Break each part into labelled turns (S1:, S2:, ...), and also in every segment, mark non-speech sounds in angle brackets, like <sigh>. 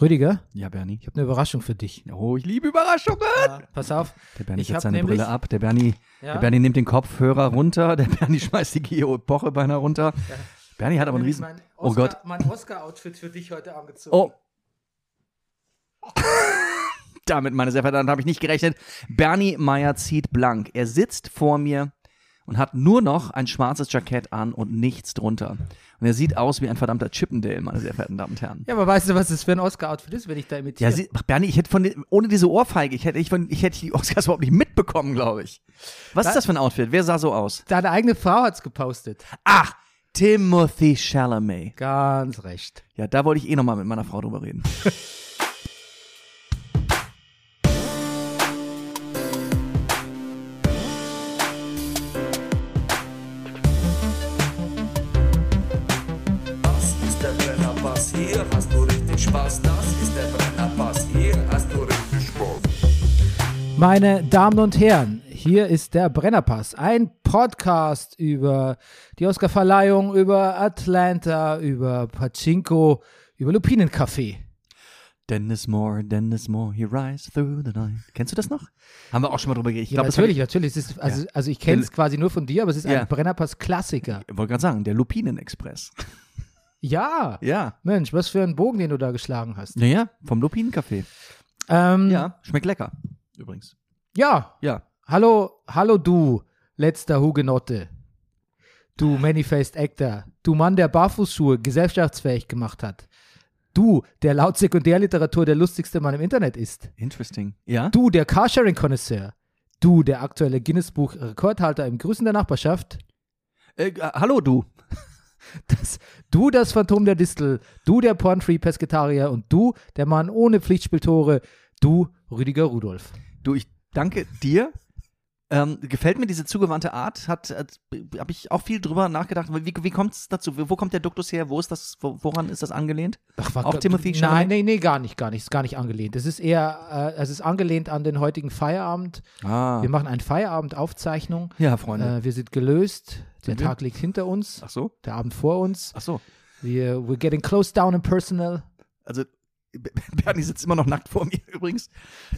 S1: Rüdiger,
S2: Ja, Bernie.
S1: ich habe eine Überraschung für dich.
S2: Oh, ich liebe Überraschungen.
S1: Pass auf.
S2: Der Bernie
S1: Ich hab
S2: setzt seine
S1: nämlich-
S2: Brille ab. Der Bernie,
S1: Ja.
S2: der Bernie nimmt den Kopfhörer runter. Der Bernie <laughs> schmeißt die Epoche beinahe runter. Bernie hat aber einen riesen. Oh Gott.
S1: Mein Oscar-Outfit für dich heute angezogen.
S2: Oh. <laughs> Damit, meine sehr verehrten Damen, habe ich nicht gerechnet. Bernie Meyer zieht blank. Er sitzt vor mir und hat nur noch ein schwarzes Jackett an und nichts drunter. Und er sieht aus wie ein verdammter Chippendale, meine sehr verehrten Damen und Herren.
S1: Ja, aber weißt du, was das für ein Oscar-Outfit ist, wenn ich da imitiere?
S2: Ja, sie, ach, Bernie, ich hätte von den, ohne diese Ohrfeige, ich hätte, ich, von, ich hätte die Oscars <laughs> überhaupt nicht mitbekommen, glaube ich. Was ist das für ein Outfit? Wer sah so aus?
S1: Deine eigene Frau hat's gepostet.
S2: Ach, Timothy Chalamet.
S1: Ganz recht.
S2: Ja, da wollte ich eh nochmal mit meiner Frau drüber <laughs> reden.
S3: Das ist der Brennerpass, hier hast du richtig Spaß. Das ist der Brennerpass, hier hast du richtig Spaß.
S1: Meine Damen und Herren, hier ist der Brennerpass. Ein Podcast über die Oscar-Verleihung, über Atlanta, über Pachinko, über Lupinenkaffee.
S2: Dennis Moore, Dennis Moore, he rise through the night. Kennst du das noch? Haben wir auch schon mal drüber geredet. Ich
S1: Ja,
S2: glaub, das
S1: natürlich,
S2: hab
S1: natürlich. Es ist, also, also ich kenne es quasi nur von dir, aber es ist
S2: Ja.
S1: ein Brennerpass-Klassiker.
S2: Ich wollte gerade sagen, der Lupinenexpress.
S1: Ja.
S2: <laughs> Ja.
S1: Mensch, was für ein Bogen, den du da geschlagen hast.
S2: Naja, vom Lupinencafé.
S1: Ähm,
S2: Ja, schmeckt lecker. Übrigens.
S1: Ja,
S2: Ja.
S1: Hallo, hallo du, letzter Hugenotte. Du Manifest Actor. Du Mann, der Barfußschuhe gesellschaftsfähig gemacht hat. Du, der laut Sekundärliteratur der lustigste Mann im Internet ist.
S2: Interesting. Ja.
S1: Du, der Carsharing-Konnoisseur. Du, der aktuelle Guinness-Buch-Rekordhalter im Grüßen der Nachbarschaft.
S2: Äh, äh, hallo, du.
S1: Das, du, das Phantom der Distel. Du, der Porn-Free-Pesketarier. Und du, der Mann ohne Pflichtspieltore. Du, Rüdiger Rudolf.
S2: Du, ich danke dir. Ähm, gefällt mir diese zugewandte Art. Hat, hat habe ich auch viel drüber nachgedacht. Wie, wie kommt es dazu? Wo kommt der Duktus her? Wo ist das? Wo, woran ist das angelehnt?
S1: Ach, war
S2: Auch
S1: gar-
S2: Timothy
S1: Nein,
S2: Chalamet?
S1: nee, nee, gar nicht, gar nicht. Ist gar nicht angelehnt. Es ist eher, äh, es ist angelehnt an den heutigen Feierabend.
S2: Ah.
S1: Wir machen eine Feierabendaufzeichnung.
S2: Ja, Freunde.
S1: Äh, wir sind gelöst. Der
S2: Sind wir? Ah.
S1: Tag liegt hinter uns,
S2: Ach so.
S1: der Abend vor uns.
S2: Ach so.
S1: Wir, we're getting close down and personal.
S2: Also <laughs> B- Bernie sitzt immer noch nackt vor mir <laughs> übrigens.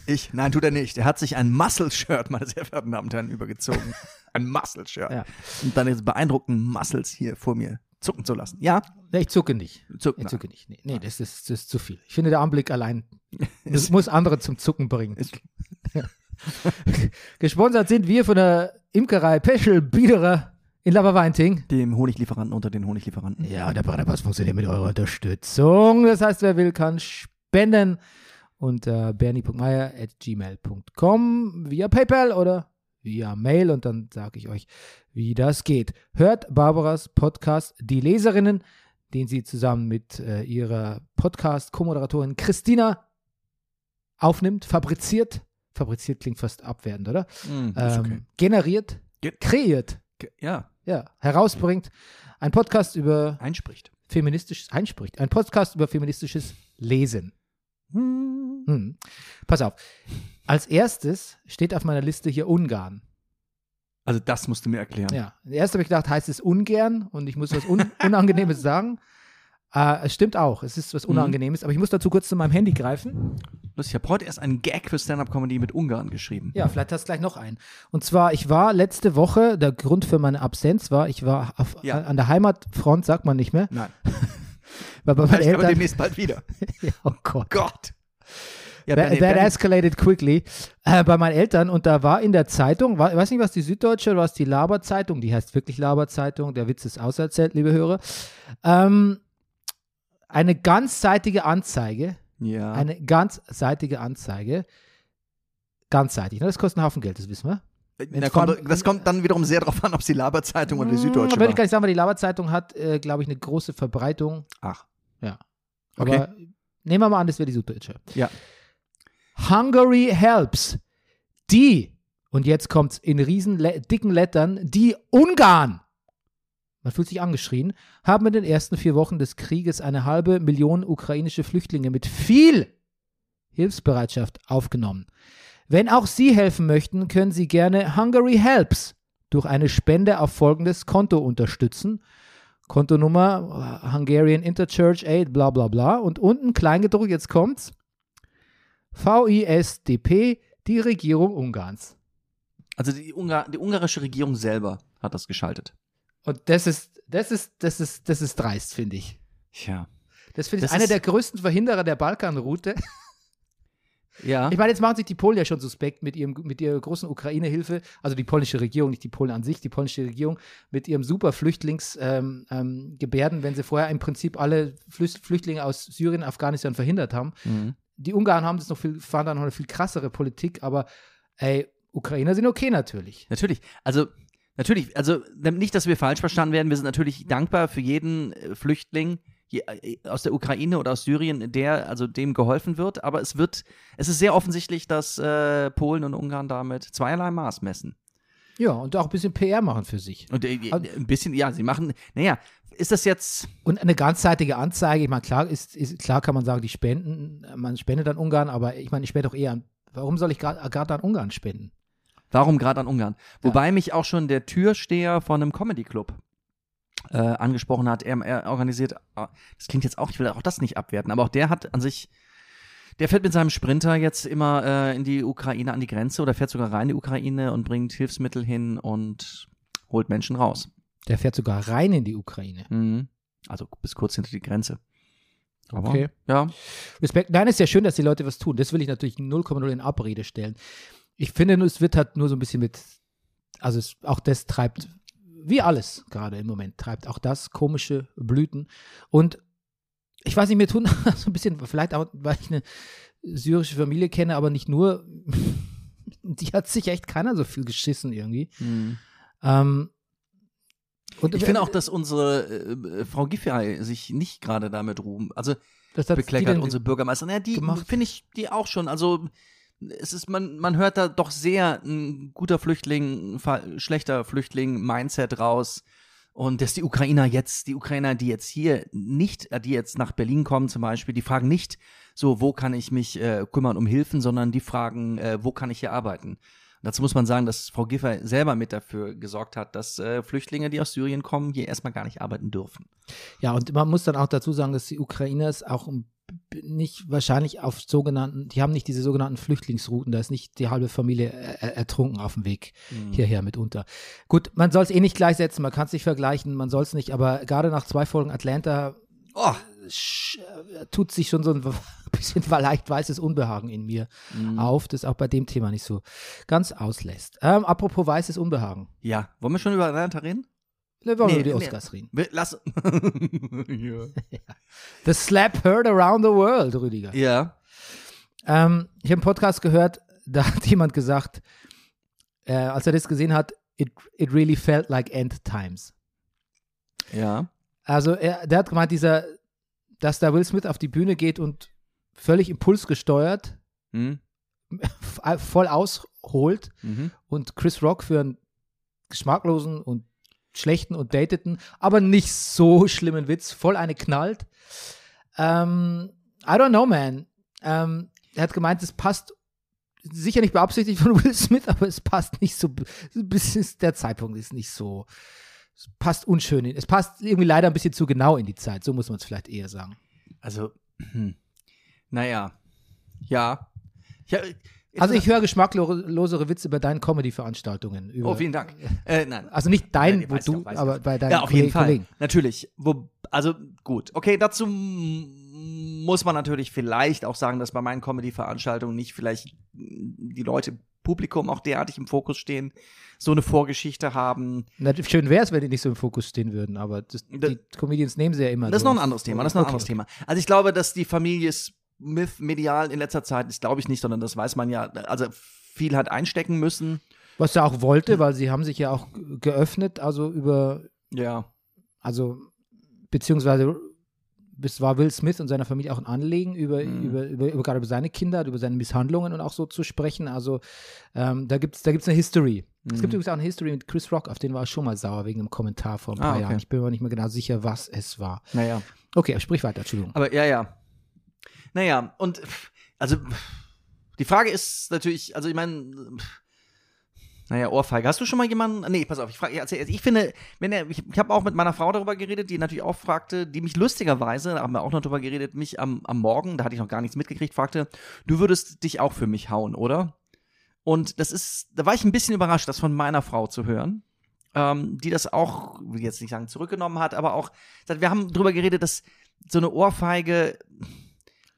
S2: Ich, nein, tut er nicht. Er hat sich ein Muscle-Shirt, meine sehr verehrten Damen und Herren,
S1: <laughs>
S2: übergezogen. Ein Muscle-Shirt.
S1: Ja.
S2: Und dann jetzt beeindruckenden Muscles hier vor mir zucken zu lassen. Ja,
S1: Nee, ich zucke nicht.
S2: zuck.
S1: Ich
S2: na,
S1: zucke nicht. Nee, nee das, ist, das ist zu viel. Ich finde, der Anblick
S2: <laughs>
S1: allein das muss andere zum Zucken bringen.
S2: Ist-
S1: <laughs> Gesponsert sind wir von der Imkerei Peschel Biederer in Laberweinting.
S2: Dem Honiglieferanten unter den Honiglieferanten.
S1: Ja, der Brennerpass funktioniert mit eurer Unterstützung. Das heißt, wer will, kann spenden unter bernie.meier.gmail.com via PayPal oder via Mail und dann sage ich euch, wie das geht. Hört Barbaras Podcast Die Leserinnen, den sie zusammen mit äh, ihrer Podcast-Co-Moderatorin Christina aufnimmt, fabriziert. Fabriziert klingt fast abwertend, oder?
S2: Mm, ist
S1: Ähm,
S2: okay.
S1: Generiert,
S2: Ge-
S1: kreiert,
S2: Ge- Ja,
S1: ja, herausbringt. Ein Podcast über
S2: einspricht.
S1: feministisches einspricht. Ein Podcast über feministisches Lesen.
S2: Hm.
S1: Hm. Pass auf. Als erstes steht auf meiner Liste hier Ungarn.
S2: Also das musst du mir erklären.
S1: Ja. Erst habe ich gedacht, heißt es ungern und ich muss was
S2: <laughs>
S1: Un Unangenehmes sagen. Äh, es stimmt auch, es ist was
S2: Mhm.
S1: Unangenehmes, aber ich muss dazu kurz zu meinem Handy greifen.
S2: Lustig, ich habe heute erst einen Gag für Stand-Up-Comedy mit Ungarn geschrieben.
S1: Ja, vielleicht hast du gleich noch einen. Und zwar, ich war letzte Woche, der Grund für meine Absenz war, ich war auf,
S2: Ja.
S1: an der Heimatfront, sagt man nicht mehr,
S2: Nein,
S1: weil bei meinen
S2: vielleicht aber
S1: Eltern.
S2: demnächst bald wieder.
S1: <laughs> Oh Gott.
S2: Gott. Ja,
S1: That,
S2: Bernie,
S1: that
S2: Bernie-
S1: escalated quickly äh, bei meinen Eltern und da war in der Zeitung, war, ich weiß nicht, was die Süddeutsche oder was die Laberzeitung, die heißt wirklich Laberzeitung, der Witz ist auserzählt, liebe Hörer, ähm, eine ganzseitige Anzeige,
S2: ja.
S1: eine ganzseitige Anzeige, ganzseitig, ne? das kostet einen Haufen Geld, das wissen wir.
S2: Na,
S1: vor
S2: kommt,
S1: allem-
S2: das kommt dann wiederum sehr drauf an, ob es die Laberzeitung oder die
S1: Hm,
S2: Süddeutsche
S1: würde ich
S2: war.
S1: gar nicht sagen, weil die Laberzeitung hat, äh, glaube ich, eine große Verbreitung,
S2: Ach,
S1: aber nehmen wir mal an, das wäre die Süddeutsche.
S2: ja.
S1: Hungary helps die, und jetzt kommt's in riesen le dicken Lettern, die Ungarn, man fühlt sich angeschrien, haben in den ersten vier Wochen des Krieges eine halbe Million ukrainische Flüchtlinge mit viel Hilfsbereitschaft aufgenommen. Wenn auch Sie helfen möchten, können Sie gerne Hungary Helps durch eine Spende auf folgendes Konto unterstützen. Kontonummer äh, Hungarian Interchurch Aid, bla bla bla. Und unten kleingedruckt, jetzt kommt's. VISDP, die Regierung Ungarns.
S2: Also die, Ungar die ungarische Regierung selber hat das geschaltet.
S1: Und das ist, das ist, das ist, das ist dreist, finde ich.
S2: Tja.
S1: Das finde ich
S2: Das
S1: einer
S2: ist-
S1: der größten Verhinderer der Balkanroute.
S2: Ja.
S1: Ich meine, jetzt machen sich die Polen ja schon suspekt mit, ihrem, mit ihrer großen Ukraine-Hilfe, also die polnische Regierung, nicht die Polen an sich, die polnische Regierung mit ihrem super Flüchtlingsgebärden, ähm, ähm, Gebärden, wenn sie vorher im Prinzip alle Flü Flüchtlinge aus Syrien, Afghanistan verhindert haben.
S2: Mhm.
S1: Die Ungarn haben das noch viel, fahren dann noch eine viel krassere Politik, aber ey, Ukrainer sind okay natürlich.
S2: Natürlich. Also, natürlich. Also, nicht, dass wir falsch verstanden werden. Wir sind natürlich dankbar für jeden äh, Flüchtling je- äh, aus der Ukraine oder aus Syrien, der, also dem geholfen wird. Aber es wird, es ist sehr offensichtlich, dass äh, Polen und Ungarn damit zweierlei Maß messen.
S1: Ja, und auch ein bisschen PR machen für sich.
S2: Und äh,
S1: Also-
S2: ein bisschen, ja, sie machen, naja, ist das jetzt,
S1: Und eine ganzseitige Anzeige, ich meine, klar, ist, ist, klar kann man sagen, die spenden, man spendet an Ungarn, aber ich meine, ich spende doch eher an, warum soll ich gerade an Ungarn spenden?
S2: warum gerade an Ungarn? Wobei mich auch schon der Türsteher von einem Comedy-Club äh, angesprochen hat. Er, er organisiert, ah, das klingt jetzt auch, ich will auch das nicht abwerten, aber auch der hat an sich, der fährt mit seinem Sprinter jetzt immer äh, in die Ukraine an die Grenze oder fährt sogar rein in die Ukraine und bringt Hilfsmittel hin und holt Menschen raus.
S1: Der fährt sogar rein in die Ukraine.
S2: Mhm. Also bis kurz hinter die Grenze. Aber,
S1: Okay.
S2: Ja.
S1: Respekt. Nein, ist ja schön, dass die Leute was tun. Das will ich natürlich 0,0 in Abrede stellen. Ich finde, nur, es wird halt nur so ein bisschen mit, also es, auch das treibt, wie alles gerade im Moment, treibt auch das komische Blüten. Und ich weiß nicht, mir tun <laughs> so ein bisschen, vielleicht auch, weil ich eine syrische Familie kenne, aber nicht nur, <laughs> die hat sich echt keiner so viel geschissen irgendwie.
S2: Mhm.
S1: Ähm, und
S2: Ich finde auch, dass unsere äh, äh, Frau Giffey sich nicht gerade damit ruhen. Also
S1: das hat die
S2: bekleckert
S1: dann-
S2: unsere Bürgermeisterin. Ja, die
S1: gemacht?
S2: finde ich die auch schon. Also es ist, man, man hört da doch sehr ein guter Flüchtling, ein fa- schlechter Flüchtling, Mindset raus. Und dass die Ukrainer jetzt, die Ukrainer, die jetzt hier nicht, äh, die jetzt nach Berlin kommen zum Beispiel, die fragen nicht so, wo kann ich mich äh, kümmern um Hilfen, sondern die fragen, äh, wo kann ich hier arbeiten. Und dazu muss man sagen, dass Frau Giffey selber mit dafür gesorgt hat, dass äh, Flüchtlinge, die aus Syrien kommen, hier erstmal gar nicht arbeiten dürfen.
S1: Ja, und man muss dann auch dazu sagen, dass die Ukrainer es auch ein b- nicht wahrscheinlich auf sogenannten, die haben nicht diese sogenannten Flüchtlingsrouten, da ist nicht die halbe Familie äh, äh, ertrunken auf dem Weg
S2: Mhm.
S1: hierher mitunter. Gut, man soll es eh nicht gleichsetzen, man kann es nicht vergleichen, man soll es nicht, aber gerade nach zwei Folgen Atlanta
S2: Oh,
S1: sch- äh, tut sich schon so ein <laughs> bisschen leicht weißes Unbehagen in mir
S2: Mhm.
S1: auf, das auch bei dem Thema nicht so ganz auslässt. Ähm, apropos weißes Unbehagen,
S2: ja. Wollen wir schon über Atlanta reden?
S1: wir wollen
S2: Nee,
S1: über die
S2: nee.
S1: Oscars reden.
S2: Wir-
S1: <laughs>
S2: Lass. ja.
S1: The slap heard around the world, Rüdiger.
S2: ja.
S1: Ähm, ich habe einen Podcast gehört, da <laughs> hat jemand gesagt, äh, als er das gesehen hat, it, it really felt like end times.
S2: Ja.
S1: Also er, der hat gemeint, dieser, dass da Will Smith auf die Bühne geht und völlig impulsgesteuert
S2: Hm.
S1: f- <laughs> voll ausholt
S2: Mhm.
S1: und Chris Rock für einen geschmacklosen und schlechten und dateten, aber nicht so schlimmen Witz voll eine knallt. Ähm, I don't know, man. Ähm, er hat gemeint, es passt sicher nicht beabsichtigt von <laughs> Will Smith, aber es passt nicht so, bis es- der Zeitpunkt ist nicht so, es passt unschön hin. Es passt irgendwie leider ein bisschen zu genau in die Zeit, so muss man es vielleicht eher sagen.
S2: Also, hm. naja. Ja. ja äh,
S1: Also ich höre geschmacklosere Witze bei deinen Comedy-Veranstaltungen. über-
S2: Oh, vielen Dank. Äh, nein.
S1: Also nicht dein,
S2: Nein,
S1: wo
S2: weiß ich
S1: du,
S2: auch, weiß ich
S1: aber
S2: auch.
S1: bei deinen
S2: ja, auf jeden
S1: Kollegen-
S2: Fall.
S1: Kollegen.
S2: Natürlich. Wo, also gut. Okay, dazu mm, muss man natürlich vielleicht auch sagen, dass bei meinen Comedy-Veranstaltungen nicht vielleicht mm, die Leute im Publikum auch derartig im Fokus stehen, so eine Vorgeschichte haben.
S1: Na, schön wäre es, wenn die nicht so im Fokus stehen würden, aber das,
S2: Da-
S1: die Comedians nehmen sie ja immer.
S2: Das ist
S1: so.
S2: noch ein anderes Thema. Das ist noch ein anderes
S1: Okay.
S2: Thema. Also ich glaube, dass die Familie Smith medial in letzter Zeit ist, glaube ich nicht, sondern das weiß man ja. Also viel hat einstecken müssen.
S1: Was er auch
S2: Hm.
S1: wollte, weil sie haben sich ja auch ge- geöffnet, also über,
S2: Ja.
S1: also beziehungsweise es war Will Smith und seiner Familie auch ein Anliegen, über,
S2: Mhm.
S1: über, über, über gerade über seine Kinder, über seine Misshandlungen und auch so zu sprechen. Also ähm, da gibt es da gibt's eine History. Es gibt
S2: Hm.
S1: übrigens auch eine History mit Chris Rock, auf den war ich schon mal sauer wegen einem Kommentar vor ein
S2: Ah,
S1: paar
S2: okay.
S1: Jahren. Ich bin mir aber nicht mehr genau sicher, was es war.
S2: Naja.
S1: Okay, sprich weiter, Entschuldigung.
S2: Aber ja, ja. Naja, und pff, also pff, die Frage ist natürlich, also ich meine, pff, Naja, Ohrfeige. Hast du schon mal jemanden? Nee, pass auf, ich frage, also ich finde, wenn er, ich, ich habe auch mit meiner Frau darüber geredet, die natürlich auch fragte, die mich lustigerweise, da haben wir auch noch darüber geredet, mich am, am Morgen, da hatte ich noch gar nichts mitgekriegt, fragte, du würdest dich auch für mich hauen, oder? Und das ist, da war ich ein bisschen überrascht, das von meiner Frau zu hören, ähm, die das auch, will ich jetzt nicht sagen, zurückgenommen hat, aber auch, sagt, wir haben darüber geredet, dass so eine Ohrfeige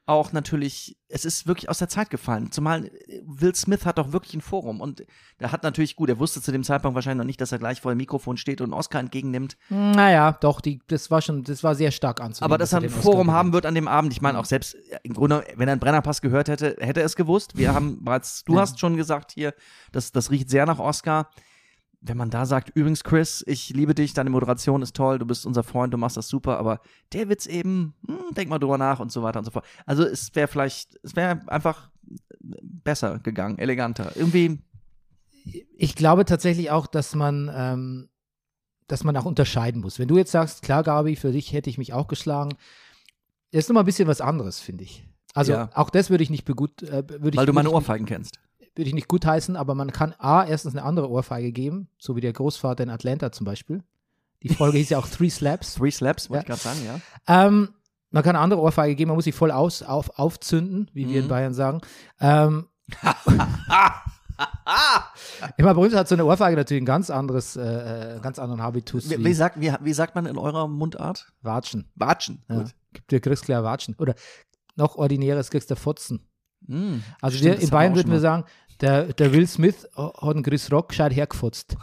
S2: auch natürlich, es ist wirklich aus der Zeit gefallen. Zumal äh, Will Smith hat doch wirklich ein Forum und der hat natürlich, gut, er wusste zu dem Zeitpunkt wahrscheinlich noch nicht, dass er gleich vor dem Mikrofon steht und einen Oscar entgegennimmt.
S1: Naja, doch, die, das war schon, das war sehr stark anzunehmen.
S2: Aber dass er ein Forum haben wird an dem Abend, ich meine auch selbst, äh, im Grunde, wenn er einen Brennerpass gehört hätte, hätte er es gewusst. <laughs> Wir haben bereits, du hast schon gesagt hier, das, das riecht sehr nach Oscar. Wenn man da sagt, übrigens, Chris, ich liebe dich, deine Moderation ist toll, du bist unser Freund, du machst das super, aber der Witz eben, hm, denk mal drüber nach und so weiter und so fort. Also es wäre vielleicht, es wäre einfach besser gegangen, eleganter. Irgendwie,
S1: ich glaube tatsächlich auch, dass man, ähm, dass man auch unterscheiden muss. Wenn du jetzt sagst, klar, Gabi, für dich hätte ich mich auch geschlagen, das ist nochmal ein bisschen was anderes, finde ich. Also
S2: Ja.
S1: auch das würde ich nicht begut, äh, würde ich,
S2: weil du meine
S1: würde ich-
S2: Ohrfeigen kennst.
S1: würde ich nicht gutheißen, aber man kann A, erstens eine andere Ohrfeige geben, so wie der Großvater in Atlanta zum Beispiel. Die Folge hieß ja auch Three Slaps.
S2: Three Slaps, wollte
S1: Ja.
S2: ich gerade sagen, ja.
S1: Ähm, man kann eine andere Ohrfeige geben, man muss sie voll aus, auf, aufzünden, wie wir in
S2: Mhm.
S1: Bayern sagen.
S2: <laughs>
S1: Ähm, Immer berühmt hat so eine Ohrfeige natürlich ein ganz anderes, äh, äh, ganz anderen Habitus
S2: Wie,
S1: wie,
S2: wie, sagt, wie, wie sagt man in eurer Mundart?
S1: Watschen.
S2: Watschen.
S1: Ja.
S2: Gut.
S1: Gibt dir kriegst klar Watschen. Oder noch ordinäres kriegst du Fotzen.
S2: Mm.
S1: Also wir,
S2: Stimmt, das
S1: in
S2: haben wir
S1: Bayern
S2: auch
S1: würden
S2: schon
S1: wir sagen, der, der Will Smith hat einen Chris Rock gescheit
S2: <laughs>
S1: hergefotzt.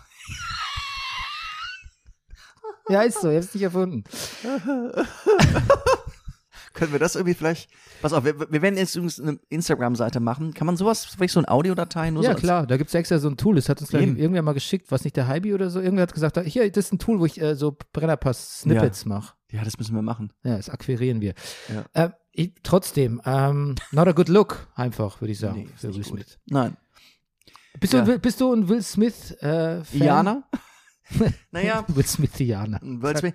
S1: ja, ist so, ich hab's nicht erfunden.
S2: Können wir das irgendwie vielleicht. Pass auf, wir, wir werden jetzt übrigens eine Instagram-Seite machen. Kann man sowas, vielleicht so eine Audiodatei nur so
S1: Ja,
S2: als-
S1: klar, da gibt's extra so ein Tool. Das hat uns gleich
S2: Eben.
S1: irgendwer mal geschickt, was nicht der Hybi oder so. Irgendwer hat gesagt, hier, das ist ein Tool, wo ich äh, so Brennerpass-Snippets mache.
S2: Ja, das müssen wir machen.
S1: Ja, das akquirieren wir.
S2: Ja.
S1: Ähm, ich, trotzdem, ähm, not a good look, einfach, würde ich sagen,
S2: Nee, ist
S1: für
S2: nicht
S1: Will
S2: gut.
S1: Smith.
S2: Nein.
S1: Bist, du,
S2: Ja.
S1: bist du ein Will Smith-Fan? <laughs>
S2: Iana? naja.
S1: Will Smith-Iana.
S2: Will Smith.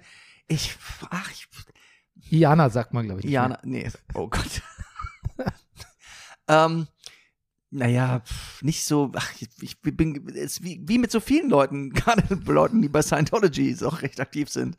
S2: Ich. Ach, ich.
S1: Iana sagt man, glaube ich. nicht
S2: Iana. Nee. Oh Gott. ähm. Naja, pf, nicht so, ach, ich, ich bin, es ist wie, wie mit so vielen Leuten, <laughs> gerade Leuten, die bei Scientology auch recht aktiv sind.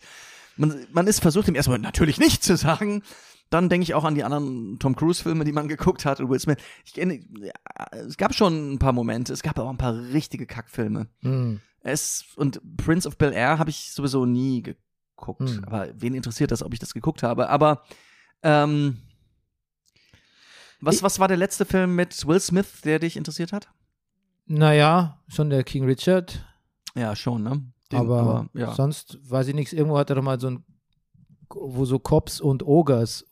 S2: Man, man ist versucht, im ersten Moment natürlich nicht zu sagen. Dann denke ich auch an die anderen Tom Cruise-Filme, die man <laughs> geguckt hat und Will Smith. Ich, kenne- ja, es gab schon ein paar Momente, es gab aber auch ein paar richtige Kackfilme.
S1: mehr. Hm.
S2: Es, und Prince of Bel Air habe ich sowieso nie geguckt.
S1: Hm.
S2: Aber wen interessiert das, ob ich das geguckt habe? Aber ähm, was, was war der letzte Film mit Will Smith, der dich interessiert hat?
S1: Naja, schon der King Richard.
S2: Ja, schon, ne? Den-
S1: aber
S2: ja.
S1: sonst weiß ich nichts. Irgendwo hat er doch mal so ein, wo so Cops und Ogres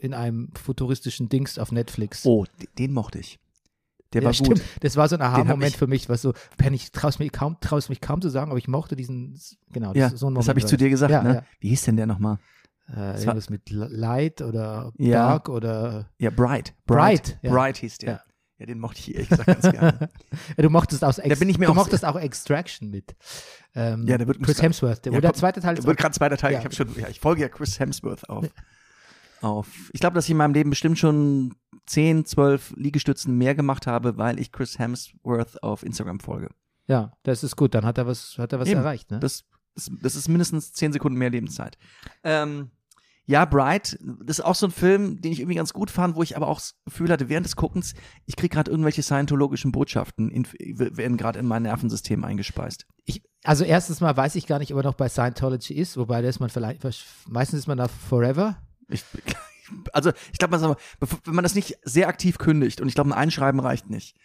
S1: in einem futuristischen Dings auf Netflix.
S2: Oh, den, den mochte ich. Der
S1: ja,
S2: war
S1: stimmt.
S2: gut.
S1: Das war so ein
S2: Den hab
S1: Aha-Moment
S2: ich-
S1: für mich, was so, Ben, ich traust mich kaum, traust mich kaum zu sagen, aber ich mochte diesen, genau,
S2: Ja,
S1: das, so ein Moment.
S2: das habe ich
S1: war
S2: zu dir gesagt,
S1: Ja,
S2: ne? Wie hieß denn der nochmal?
S1: ja. Äh,
S2: Das war-
S1: irgendwas mit L- Light oder
S2: Ja.
S1: Dark oder,
S2: Ja, Bright.
S1: Bright,
S2: Bright,
S1: ja.
S2: Bright hieß der.
S1: Ja.
S2: Ja. den mochte ich ehrlich gesagt
S1: <laughs>
S2: ganz gerne.
S1: ja, du mochtest aus, Ex-
S2: Da bin ich mir
S1: du
S2: auch-
S1: mochtest auch Extraction mit. Ähm,
S2: Ja, der wird-
S1: Chris Hemsworth, der,
S2: Ja,
S1: wo der
S2: komm,
S1: zweite Teil
S2: Da
S1: ist
S2: wird gerade zweiter Teil.
S1: Ja.
S2: Ich, hab schon, ja, ich folge ja Chris Hemsworth auf. auf. Ich glaube, dass ich in meinem Leben bestimmt schon 10, 12 Liegestützen mehr gemacht habe, weil ich Chris Hemsworth auf Instagram folge.
S1: Ja, das ist gut. Dann hat er was, hat er was
S2: Eben.
S1: erreicht. Ne?
S2: Das, das, das ist mindestens 10 Sekunden mehr Lebenszeit. Ähm, ja, Bright, das ist auch so ein Film, den ich irgendwie ganz gut fand, wo ich aber auch das Gefühl hatte, während des Guckens, ich kriege gerade irgendwelche scientologischen Botschaften, in, werden gerade in mein Nervensystem eingespeist.
S1: ich, also erstens mal weiß ich gar nicht, ob er noch bei Scientology ist, wobei da ist man vielleicht, meistens ist man da forever.
S2: Ich, <laughs> also, ich glaube, man sagt mal, bevor- wenn man das nicht sehr aktiv kündigt, und ich glaube, ein Einschreiben reicht nicht,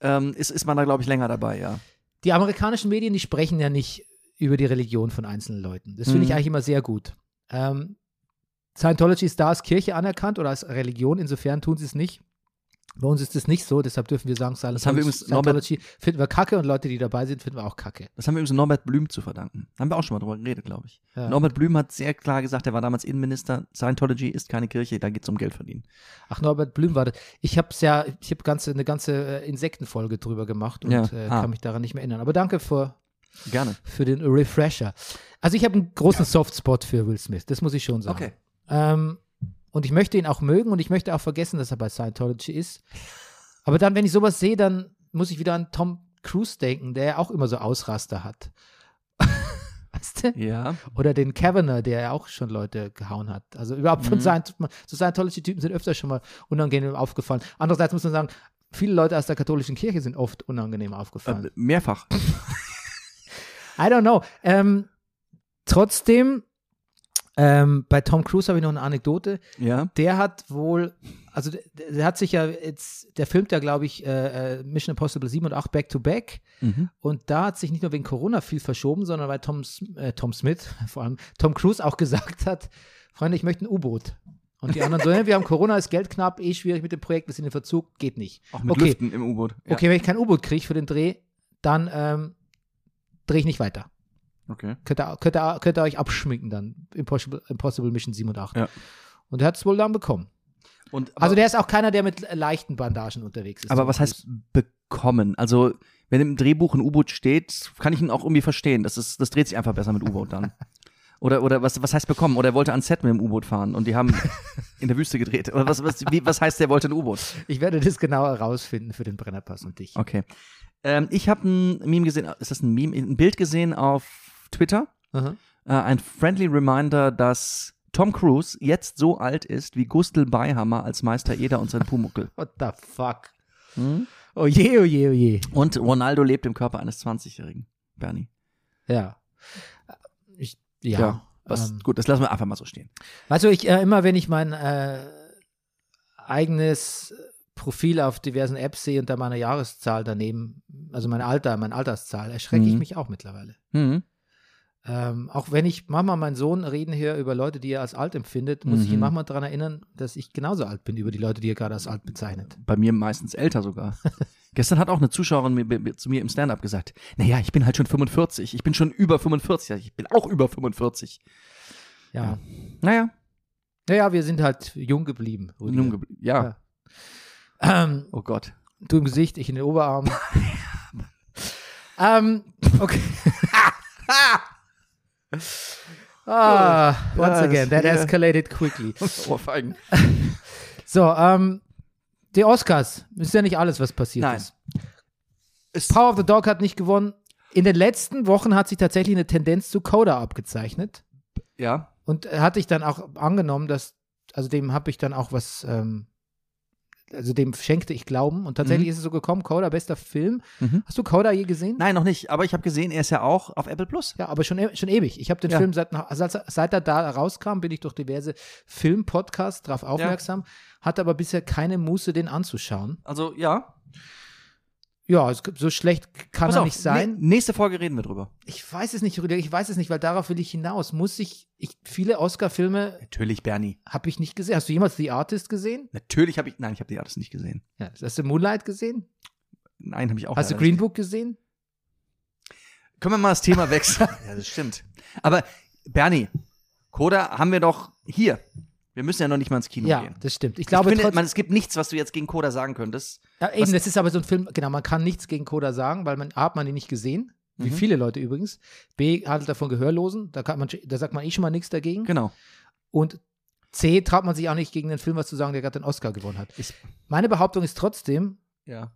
S2: ähm, ist, ist man da, glaube ich, länger dabei, ja.
S1: Die amerikanischen Medien, die sprechen ja nicht über die Religion von einzelnen Leuten. Das finde ich
S2: Mhm.
S1: eigentlich immer sehr gut. Ähm, Scientology ist da als Kirche anerkannt oder als Religion, insofern tun sie es nicht. Bei uns ist das nicht so, deshalb dürfen wir sagen, Scientology,
S2: haben wir übrigens noch mit-
S1: Scientology finden wir kacke und Leute, die dabei sind, finden wir auch kacke.
S2: Das haben wir übrigens Norbert Blüm zu verdanken. Da haben wir auch schon mal drüber geredet, glaube ich.
S1: Ja.
S2: Norbert Blüm hat sehr klar gesagt, er war damals Innenminister, Scientology ist keine Kirche, da geht's um Geld verdienen.
S1: Ach, Norbert Blüm war das. Ich habe ja, ich habe ganze, eine ganze äh, Insektenfolge drüber gemacht und
S2: Ja.
S1: äh,
S2: Ah.
S1: kann mich daran nicht mehr erinnern. Aber danke für,
S2: Gerne.
S1: für den Refresher. Also ich habe einen großen Softspot für Will Smith, das muss ich schon sagen.
S2: Okay.
S1: Ähm, und ich möchte ihn auch mögen und ich möchte auch vergessen, dass er bei Scientology ist. Aber dann, wenn ich sowas sehe, dann muss ich wieder an Tom Cruz denken, der auch immer so Ausraster hat. <laughs> weißt du?
S2: Ja.
S1: Oder den Kavanaugh, der ja auch schon Leute gehauen hat. Also überhaupt
S2: Mhm.
S1: von seinen, so Scientology-Typen sind öfter schon mal unangenehm aufgefallen. Andererseits muss man sagen, viele Leute aus der katholischen Kirche sind oft unangenehm aufgefallen.
S2: Äh, mehrfach.
S1: I don't know. Ähm, trotzdem, ähm, bei Tom Cruise habe ich noch eine Anekdote.
S2: Ja.
S1: Der hat wohl, also der, der hat sich ja jetzt, der filmt ja, glaube ich, äh, äh, Mission Impossible 7 und 8 back to back.
S2: Mhm.
S1: Und da hat sich nicht nur wegen Corona viel verschoben, sondern weil Tom, S- äh, Tom Smith, <laughs> vor allem Tom Cruise auch gesagt hat, Freunde, ich möchte ein U-Boot. Und die anderen so, "Ja, wir haben Corona, ist Geld knapp, eh schwierig mit dem Projekt, wir sind in Verzug, geht nicht.
S2: Auch mit
S1: okay,
S2: Lüften im U-Boot. Ja.
S1: okay, wenn ich kein U-Boot kriege für den Dreh, dann ähm, drehe ich nicht weiter.
S2: okay.
S1: Könnt ihr, könnt, ihr, könnt ihr euch abschminken dann. Impossible, Impossible Mission 7 und 8.
S2: Ja.
S1: Und er hat es wohl dann bekommen.
S2: Und, aber,
S1: Also der ist auch keiner, der mit leichten Bandagen unterwegs ist.
S2: aber was heißt bekommen? Also, wenn im Drehbuch ein U-Boot steht, kann ich ihn auch irgendwie verstehen. Das, ist, das dreht sich einfach besser mit U-Boot dann. Oder, oder was, was heißt bekommen? Oder er wollte ans Set mit dem U-Boot fahren und die haben in der Wüste gedreht. Oder was, was, wie, was heißt, Ah. der wollte ein U-Boot?
S1: Ich werde das genauer rausfinden für den Brennerpass und dich.
S2: Okay. Ähm, ich habe ein Meme gesehen, ist das ein Meme? Ein Bild gesehen auf Twitter.
S1: Aha.
S2: Äh, ein friendly reminder, dass Tom Cruise jetzt so alt ist wie Gustl Beihammer als Meister Eder und sein Pumuckel.
S1: What the fuck? Oh je, oh je, oh je.
S2: Und Ronaldo lebt im Körper eines 20-Jährigen. Bernie.
S1: Ja. Ich, ja.
S2: was,
S1: ähm,
S2: gut, das lassen wir einfach mal so stehen.
S1: Weißt du, ich äh, immer, wenn ich mein äh, eigenes Profil auf diversen Apps sehe und da meine Jahreszahl daneben, also mein Alter, meine Alterszahl, erschrecke ich
S2: Mhm.
S1: mich auch mittlerweile. Ähm, auch wenn ich manchmal meinen Sohn reden höre über Leute, die er als alt empfindet, muss ich ihn
S2: Mhm.
S1: manchmal daran erinnern, dass ich genauso alt bin über die Leute, die er gerade als alt bezeichnet.
S2: Bei mir meistens
S1: <laughs>
S2: älter sogar. Gestern hat auch eine Zuschauerin mir, mir, zu mir im Stand-up gesagt, naja, ich bin halt schon 45, ich bin schon über 45, Ja, ich bin auch über 45.
S1: Ja.
S2: Naja,
S1: Naja, wir sind halt jung geblieben. Rüdiger.
S2: jung geblie- ja.
S1: Ja. Ähm,
S2: oh Gott. <laughs>
S1: du im Gesicht, ich in den Oberarmen. ähm,
S2: <laughs>
S1: okay. ah, once
S2: das-
S1: again, that
S2: ja.
S1: escalated quickly.
S2: Ohrfeigen.
S1: So, ähm, die Oscars ist ja nicht alles, was passiert
S2: Nein.
S1: ist. Power of the Dog hat nicht gewonnen. In den letzten Wochen hat sich tatsächlich eine Tendenz zu Coda abgezeichnet.
S2: Ja,
S1: Und äh, hatte ich dann auch angenommen, dass, also dem habe ich dann auch was, ähm, also dem schenkte ich Glauben. Und tatsächlich ist es so gekommen, Coda, bester Film.
S2: Mhm.
S1: Hast du Coda je gesehen?
S2: Nein, noch nicht. Aber ich habe gesehen, er ist ja auch auf Apple Plus.
S1: Ja, aber schon, e- schon ewig. Ich habe den
S2: Ja.
S1: Film, seit, seit, seit er da rauskam, bin ich durch diverse Film-Podcasts drauf aufmerksam, hatte aber bisher keine Muße, den anzuschauen.
S2: Also ja.
S1: Ja, es, gibt- so schlecht kann
S2: Pass
S1: er
S2: auf,
S1: nicht sein.
S2: nä- nächste Folge reden wir drüber.
S1: Ich weiß es nicht, Rüdiger, ich weiß es nicht, weil darauf will ich hinaus. Muss ich, ich viele Oscar-Filme
S2: Natürlich, Bernie.
S1: habe ich nicht gesehen. Hast du jemals The Artist gesehen?
S2: Natürlich habe ich. Nein, ich habe die alles nicht gesehen.
S1: Ja. Hast du Moonlight gesehen?
S2: Nein, habe ich auch.
S1: Hast du
S2: leider
S1: Green Book gesehen?
S2: nicht. Können wir mal das <laughs> Thema wechseln? ja, das stimmt. Aber Bernie, Coda haben wir doch hier. Wir müssen ja noch nicht mal ins Kino
S1: Ja,
S2: gehen.
S1: das stimmt. Ich glaube,
S2: ich finde,
S1: trotzdem,
S2: man, es gibt nichts, was du jetzt gegen Coda sagen könntest.
S1: ja, eben, das ist aber so ein Film, genau, man kann nichts gegen Coda sagen, weil man A, hat man ihn nicht gesehen, wie
S2: Mhm.
S1: viele Leute übrigens. B, handelt er von Gehörlosen, da, kann man, da sagt man eh schon mal nichts dagegen.
S2: Genau.
S1: Und C, traut man sich auch nicht gegen den Film was zu sagen, der gerade den Oscar gewonnen hat.
S2: Ich-
S1: Meine Behauptung ist trotzdem,
S2: Ja.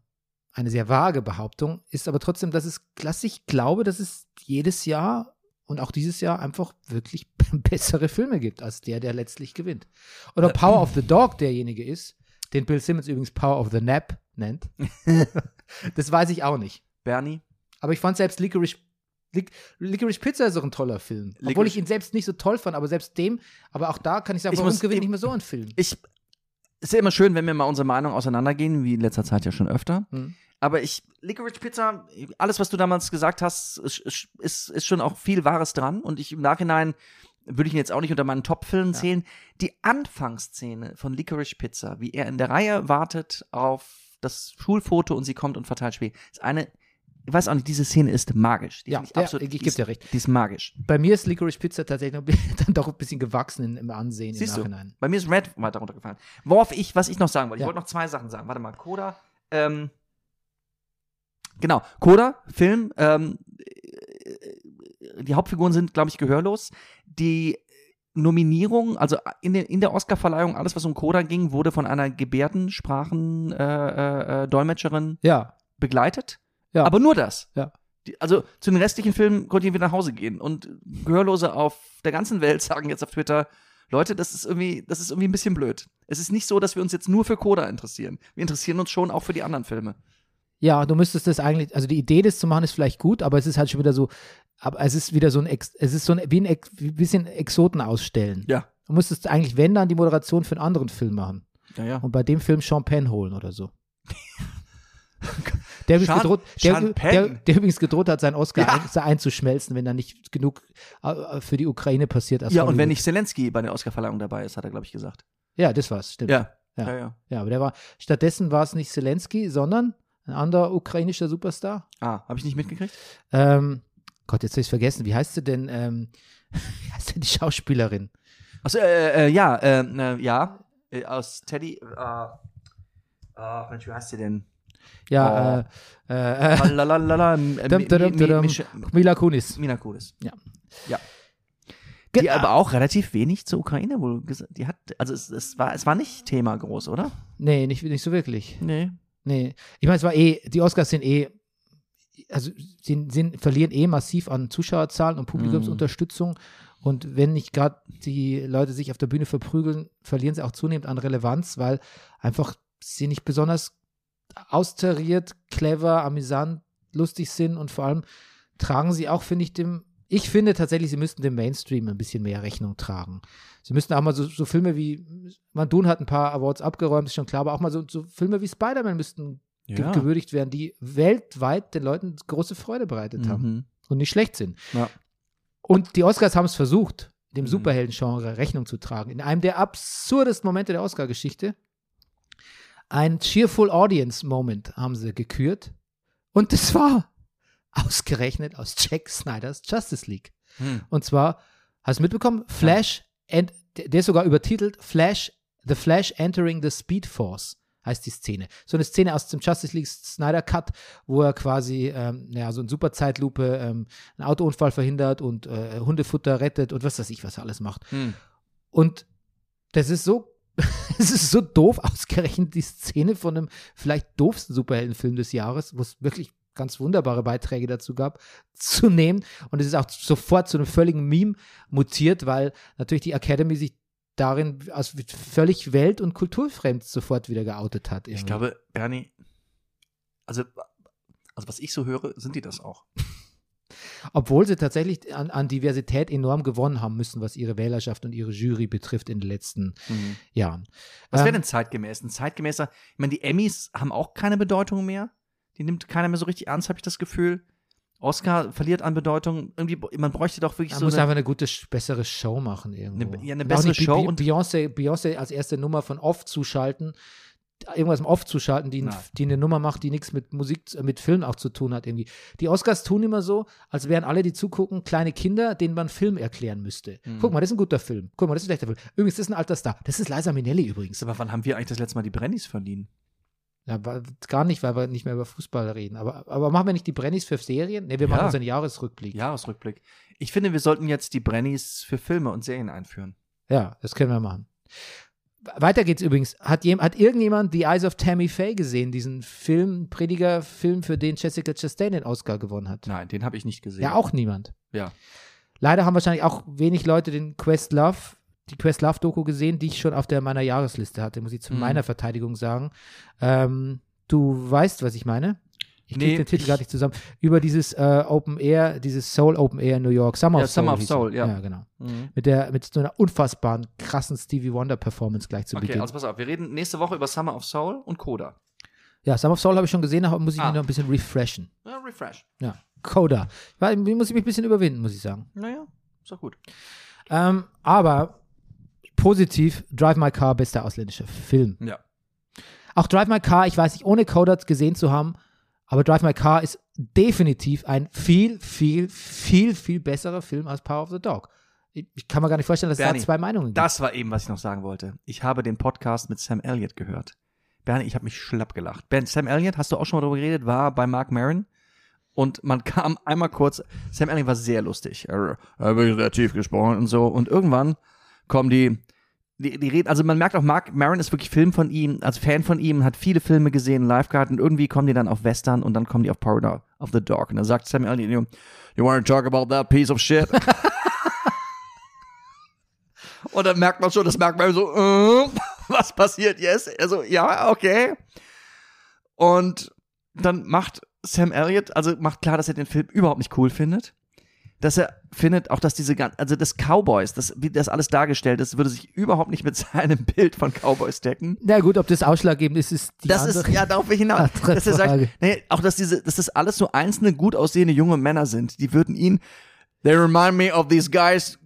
S1: eine sehr vage Behauptung, ist aber trotzdem, dass es dass ich glaube, dass es jedes Jahr und auch dieses Jahr einfach wirklich <laughs> bessere Filme gibt als der, der letztlich gewinnt. Oder
S2: Äh, <laughs>
S1: Power of the Dog derjenige ist, den Bill Simmons übrigens Power of the Nap
S2: <laughs>
S1: nennt. das weiß ich auch nicht.
S2: Bernie,
S1: Aber ich fand selbst Licorice, Lic Licorice Pizza ist auch ein toller Film. Obwohl
S2: Licorice-
S1: ich ihn selbst nicht so toll fand, aber selbst dem, aber auch da kann ich sagen,
S2: Ich
S1: warum
S2: muss-
S1: gewinnt
S2: ich-
S1: nicht mehr so ein Film?
S2: ich. Ist ja immer schön, wenn wir mal unsere Meinung auseinandergehen, wie in letzter Zeit ja schon öfter.
S1: Hm.
S2: Aber ich, Licorice Pizza, alles, was du damals gesagt hast, ist, ist, ist schon auch viel Wahres dran. Und ich im Nachhinein würde ich ihn jetzt auch nicht unter meinen Top-Filmen zählen. Die Anfangsszene von Licorice Pizza, wie er in der Reihe wartet auf das Schulfoto und sie kommt und verteilt Spiel, ist eine, ich weiß auch nicht, diese Szene ist magisch. Die
S1: Ja,
S2: finde
S1: der- ich
S2: die
S1: geb
S2: ist-
S1: dir recht.
S2: Die ist magisch.
S1: Bei mir ist Licorice Pizza tatsächlich noch ein bisschen- <laughs> dann doch ein bisschen gewachsen in, im Ansehen
S2: Siehst
S1: im
S2: du,
S1: Nachhinein.
S2: bei mir ist Red weiter runtergefallen. Worauf ich, was ich noch sagen wollte,
S1: Ja.
S2: ich wollte noch zwei Sachen sagen. Warte mal, Coda, ähm, genau, Coda, Film, ähm, äh, die Hauptfiguren sind, glaube ich, gehörlos. Die Nominierung, also in, den, in der Oscarverleihung, alles, was um Coda ging, wurde von einer Gebärdensprachen-Dolmetscherin äh, äh, Dolmetscherin
S1: Ja,
S2: begleitet.
S1: Ja.
S2: Aber nur das.
S1: Ja.
S2: Die, also zu den restlichen Filmen konnte ich wieder nach Hause gehen. Und Gehörlose auf der ganzen Welt sagen jetzt auf Twitter, Leute, das ist irgendwie, das ist irgendwie ein bisschen blöd. Es ist nicht so, dass wir uns jetzt nur für Coda interessieren. Wir interessieren uns schon auch für die anderen Filme.
S1: Ja, du müsstest das eigentlich, also die Idee, das zu machen, ist vielleicht gut, aber es ist halt schon wieder so, aber es ist wieder so ein, Ex, es ist so ein, wie ein Ex, wie ein bisschen Exoten ausstellen.
S2: Ja.
S1: Du müsstest eigentlich, wenn, dann die Moderation für einen anderen Film machen.
S2: Ja, ja.
S1: Und bei dem Film Champagne holen oder
S2: <laughs>
S1: so. Der übrigens,
S2: Chan-
S1: gedroht, der, der,
S2: Champagne.
S1: der übrigens gedroht hat, seinen Oscar
S2: Ja.
S1: ein, se- einzuschmelzen, wenn da nicht genug äh, für die Ukraine passiert. aus
S2: ja, und
S1: Hollywood.
S2: wenn nicht Zelensky bei der Oscarverleihung dabei ist, hat er, glaube ich, gesagt.
S1: Ja, das war's, stimmt.
S2: Ja.
S1: Ja.
S2: ja, ja.
S1: Ja, aber der war, stattdessen war es nicht Zelensky, sondern ein anderer ukrainischer Superstar.
S2: Ah, habe ich nicht mitgekriegt?
S1: Ähm, Gott, jetzt habe ich vergessen. Wie heißt sie denn? Ähm, <laughs> wie heißt denn die Schauspielerin?
S2: Achso, äh, äh, ja, äh, äh, ja. Äh, Aus Teddy. Äh, ah, Mensch, wie heißt sie denn?
S1: Ja,
S2: Oh.
S1: äh, <laughs> äh, äh,
S2: Lalalala, äh,
S1: Dum, dum,
S2: Mi- Mi-
S1: dum,
S2: Mich-
S1: Mila Kunis.
S2: Mina Kunis.
S1: Ja.
S2: Ja.
S1: Ge- Ah,
S2: Die
S1: Genau.
S2: aber auch relativ wenig zur Ukraine wohl gesagt. Die hat, also es, es, war, es war nicht Thema groß, oder?
S1: Nee, nicht, nicht so wirklich.
S2: Nee.
S1: Nee. Ich meine, es war eh, die Oscars sind eh, also sind, sind, verlieren eh massiv an Zuschauerzahlen und Publikumsunterstützung. Und wenn nicht gerade die Leute sich auf der Bühne verprügeln, verlieren sie auch zunehmend an Relevanz, weil einfach sie nicht besonders austariert, clever, amüsant, lustig sind und vor allem tragen sie auch, finde ich, dem. Ich finde tatsächlich, sie müssten dem Mainstream ein bisschen mehr Rechnung tragen. Sie müssten auch mal so, so Filme wie, Van Dun hat ein paar Awards abgeräumt, ist schon klar, aber auch mal so, so Filme wie Spider-Man müssten ge- gewürdigt werden, die weltweit den Leuten große Freude bereitet haben
S2: Mhm.
S1: und nicht schlecht sind.
S2: Ja.
S1: Und die Oscars haben es versucht, dem
S2: Mhm.
S1: Superhelden-Genre Rechnung zu tragen. In einem der absurdesten Momente der Oscar-Geschichte. Ein Cheerful Audience Moment haben sie gekürt. Und das war ausgerechnet aus Jack Snyders Justice League.
S2: Hm.
S1: <laughs> Und zwar, hast du mitbekommen? Flash, and, der der ist sogar übertitelt, Flash, The Flash Entering the Speed Force heißt die Szene. So eine Szene aus dem Justice League Snyder Cut, wo er quasi, ähm, ja, so in super Zeitlupe ähm, einen Autounfall verhindert und äh, Hundefutter rettet und was weiß ich, was er alles macht.
S2: Hm.
S1: Und das ist so, <laughs> es ist so doof ausgerechnet die Szene von einem vielleicht doofsten Superheldenfilm des Jahres, wo es wirklich ganz wunderbare Beiträge dazu gab, zu nehmen. Und es ist auch sofort zu einem völligen Meme mutiert, weil natürlich die Academy sich darin als völlig welt- und kulturfremd sofort wieder geoutet hat.
S2: Ich
S1: irgendwie.
S2: glaube, Bernie, also, also was ich so höre, sind die das auch.
S1: Obwohl sie tatsächlich an, an Diversität enorm gewonnen haben müssen, was ihre Wählerschaft und ihre Jury betrifft in den letzten
S2: Mhm.
S1: Jahren.
S2: Was wäre
S1: Ähm,
S2: denn zeitgemäß? Ein zeitgemäßer, ich meine, die Emmys haben auch keine Bedeutung mehr. Die nimmt keiner mehr so richtig ernst, habe ich das Gefühl. Oscar verliert an Bedeutung. Irgendwie, man bräuchte doch wirklich
S1: Man
S2: so
S1: muss
S2: eine,
S1: einfach eine gute, sch- bessere Show machen irgendwo.
S2: Eine- ja, eine
S1: Und auch
S2: bessere
S1: nicht Bi-
S2: Show
S1: Bi-
S2: und-
S1: Beyoncé, Beyoncé als erste Nummer von Off zuschalten, irgendwas im Off zuschalten, die,
S2: Nein.
S1: die eine Nummer macht, die nichts mit Musik, äh, mit Film auch zu tun hat irgendwie. Die Oscars tun immer so, als wären alle, die zugucken, kleine Kinder, denen man Film erklären müsste.
S2: Mhm.
S1: Guck mal, das ist ein guter Film. Guck mal, das ist ein schlechter Film. Übrigens, das ist ein alter Star. Das ist Liza Minnelli übrigens.
S2: aber wann haben wir eigentlich das letzte Mal die Brennys verliehen?
S1: Ja, wa- gar nicht, weil wir nicht mehr über Fußball reden. Aber, aber machen wir nicht die Brennys für Serien? Ne, wir
S2: Ja.
S1: machen unseren Jahresrückblick.
S2: Jahresrückblick. Ich finde, wir sollten jetzt die Brennys für Filme und Serien einführen.
S1: Ja, das können wir machen. Weiter geht's übrigens. Hat, jem, hat irgendjemand The Eyes of Tammy Faye gesehen, diesen Film, Prediger-Film, für den Jessica Chastain den Oscar gewonnen hat?
S2: Nein, den habe ich nicht gesehen.
S1: Ja, auch niemand.
S2: Ja.
S1: Leider haben wahrscheinlich auch wenig Leute den Quest Love, die Quest Love Doku gesehen, die ich schon auf der meiner Jahresliste hatte, muss ich zu
S2: Mhm.
S1: meiner Verteidigung sagen. Ähm, du weißt, was ich meine? Ich krieg
S2: Nee,
S1: den Titel
S2: ich-
S1: gar nicht zusammen. Über dieses äh, Open Air, dieses Soul Open Air in New York. Summer
S2: Ja,
S1: of Soul.
S2: Summer of
S1: hieß
S2: Soul,
S1: er.
S2: ja.
S1: Ja, genau
S2: Mhm.
S1: mit der mit so einer unfassbaren krassen Stevie Wonder Performance gleich zu
S2: Okay,
S1: Beginn.
S2: also pass auf, wir reden nächste Woche über Summer of Soul und Coda.
S1: ja, Sum of Soul habe ich schon gesehen, aber muss ich
S2: Ah.
S1: mich noch ein bisschen refreshen.
S2: Ja, refresh.
S1: Ja, Coda. Weil, muss ich mich ein bisschen überwinden, muss ich sagen.
S2: Naja, ist doch gut.
S1: Ähm, aber positiv, Drive My Car, bester ausländischer Film.
S2: Ja.
S1: Auch Drive My Car, ich weiß nicht, ohne Coda gesehen zu haben, aber Drive My Car ist definitiv ein viel, viel, viel, viel besserer Film als Power of the Dog. Ich, ich kann mir gar nicht vorstellen, dass
S2: Bernie,
S1: es da zwei Meinungen gibt.
S2: Das war eben, was ich noch sagen wollte. Ich habe den Podcast mit Sam Elliott gehört. Bernie, ich habe mich schlapp gelacht. Ben, Sam Elliott, hast du auch schon mal darüber geredet, war bei Mark Maron. Und man <laughs> kam einmal kurz, Sam Elliott war sehr lustig. Er er hat wirklich sehr tief gesprochen und so. Und irgendwann kommen die, die, die reden, also man merkt auch, Mark Maron ist wirklich Film von ihm, also Fan von ihm, hat viele Filme gesehen, Lifeguard und irgendwie kommen die dann auf Western und dann kommen die auf Power of the Dog. Und dann sagt Samuel L. Jackson, You wanna talk about that piece of shit? und dann merkt man schon, das merkt man so, äh, <laughs> was passiert jetzt? Also, ja, okay. Und dann macht Sam Elliott, also macht klar, dass er den Film überhaupt nicht cool findet dass er findet, auch dass diese ganzen, also das Cowboys, das, wie das alles dargestellt ist, würde sich überhaupt nicht mit <laughs> seinem Bild von Cowboys decken.
S1: Na gut, ob das ausschlaggebend ist, ist die
S2: Das
S1: andere.
S2: ist, ja, darauf will ich hinaus.
S1: Andere
S2: Dass er sagt,
S1: Frage.
S2: nee, auch dass diese, dass das alles so einzelne gut aussehende junge Männer sind, die würden ihn, they remind me of these guys,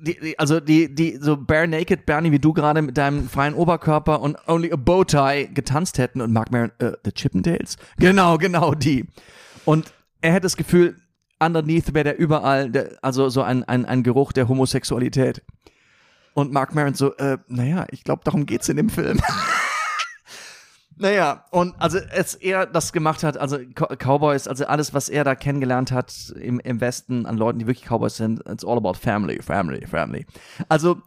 S2: die, die, also die, die so bare naked, Bernie, wie du gerade mit deinem freien Oberkörper und only a bow tie getanzt hätten und Mark Maron, äh, the Chippendales. Genau, genau die. Und er hätte das Gefühl, underneath wäre der überall, der, also so ein, ein, ein Geruch der Homosexualität. Und Mark Maron so, äh, naja, ich glaube, darum geht's in dem Film. Naja, und also als er das gemacht hat, also Co- Cowboys, also alles, was er da kennengelernt hat im, im Westen an Leuten, die wirklich Cowboys sind, it's all about family, family, family. Also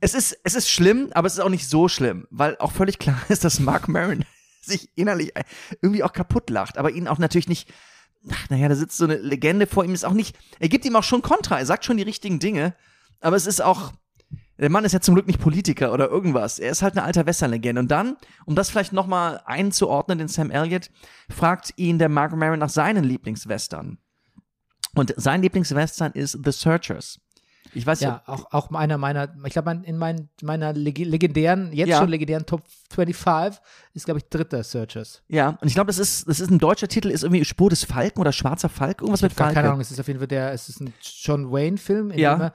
S2: es ist, es ist schlimm, aber es ist auch nicht so schlimm, weil auch völlig klar <laughs> ist, dass Mark Maron <laughs> sich innerlich ein- irgendwie auch kaputt lacht, aber ihn auch natürlich nicht, ach, naja, da sitzt so eine Legende vor ihm, ist auch nicht, er gibt ihm auch schon Kontra, er sagt schon die richtigen Dinge, aber es ist auch, der Mann ist ja zum Glück nicht Politiker oder irgendwas. Er ist halt eine alte Western-Legende. Und dann, um das vielleicht nochmal einzuordnen, den Sam Elliott, fragt ihn der Mark Maron nach seinen Lieblingswestern. Und sein Lieblingswestern ist The Searchers. Ich weiß
S1: Ja, auch, auch einer meiner, ich glaube, mein, in mein, meiner legi- legendären, jetzt
S2: Ja.
S1: schon legendären Top 25 ist, glaube ich, dritter Searchers.
S2: ja, und ich glaube, das ist, das ist ein deutscher Titel, ist irgendwie Spur des Falken oder Schwarzer Falk, irgendwas mit
S1: Gar
S2: Falken.
S1: keine Ahnung, es ist auf jeden Fall der, es ist ein John Wayne-Film, in
S2: Ja.
S1: dem er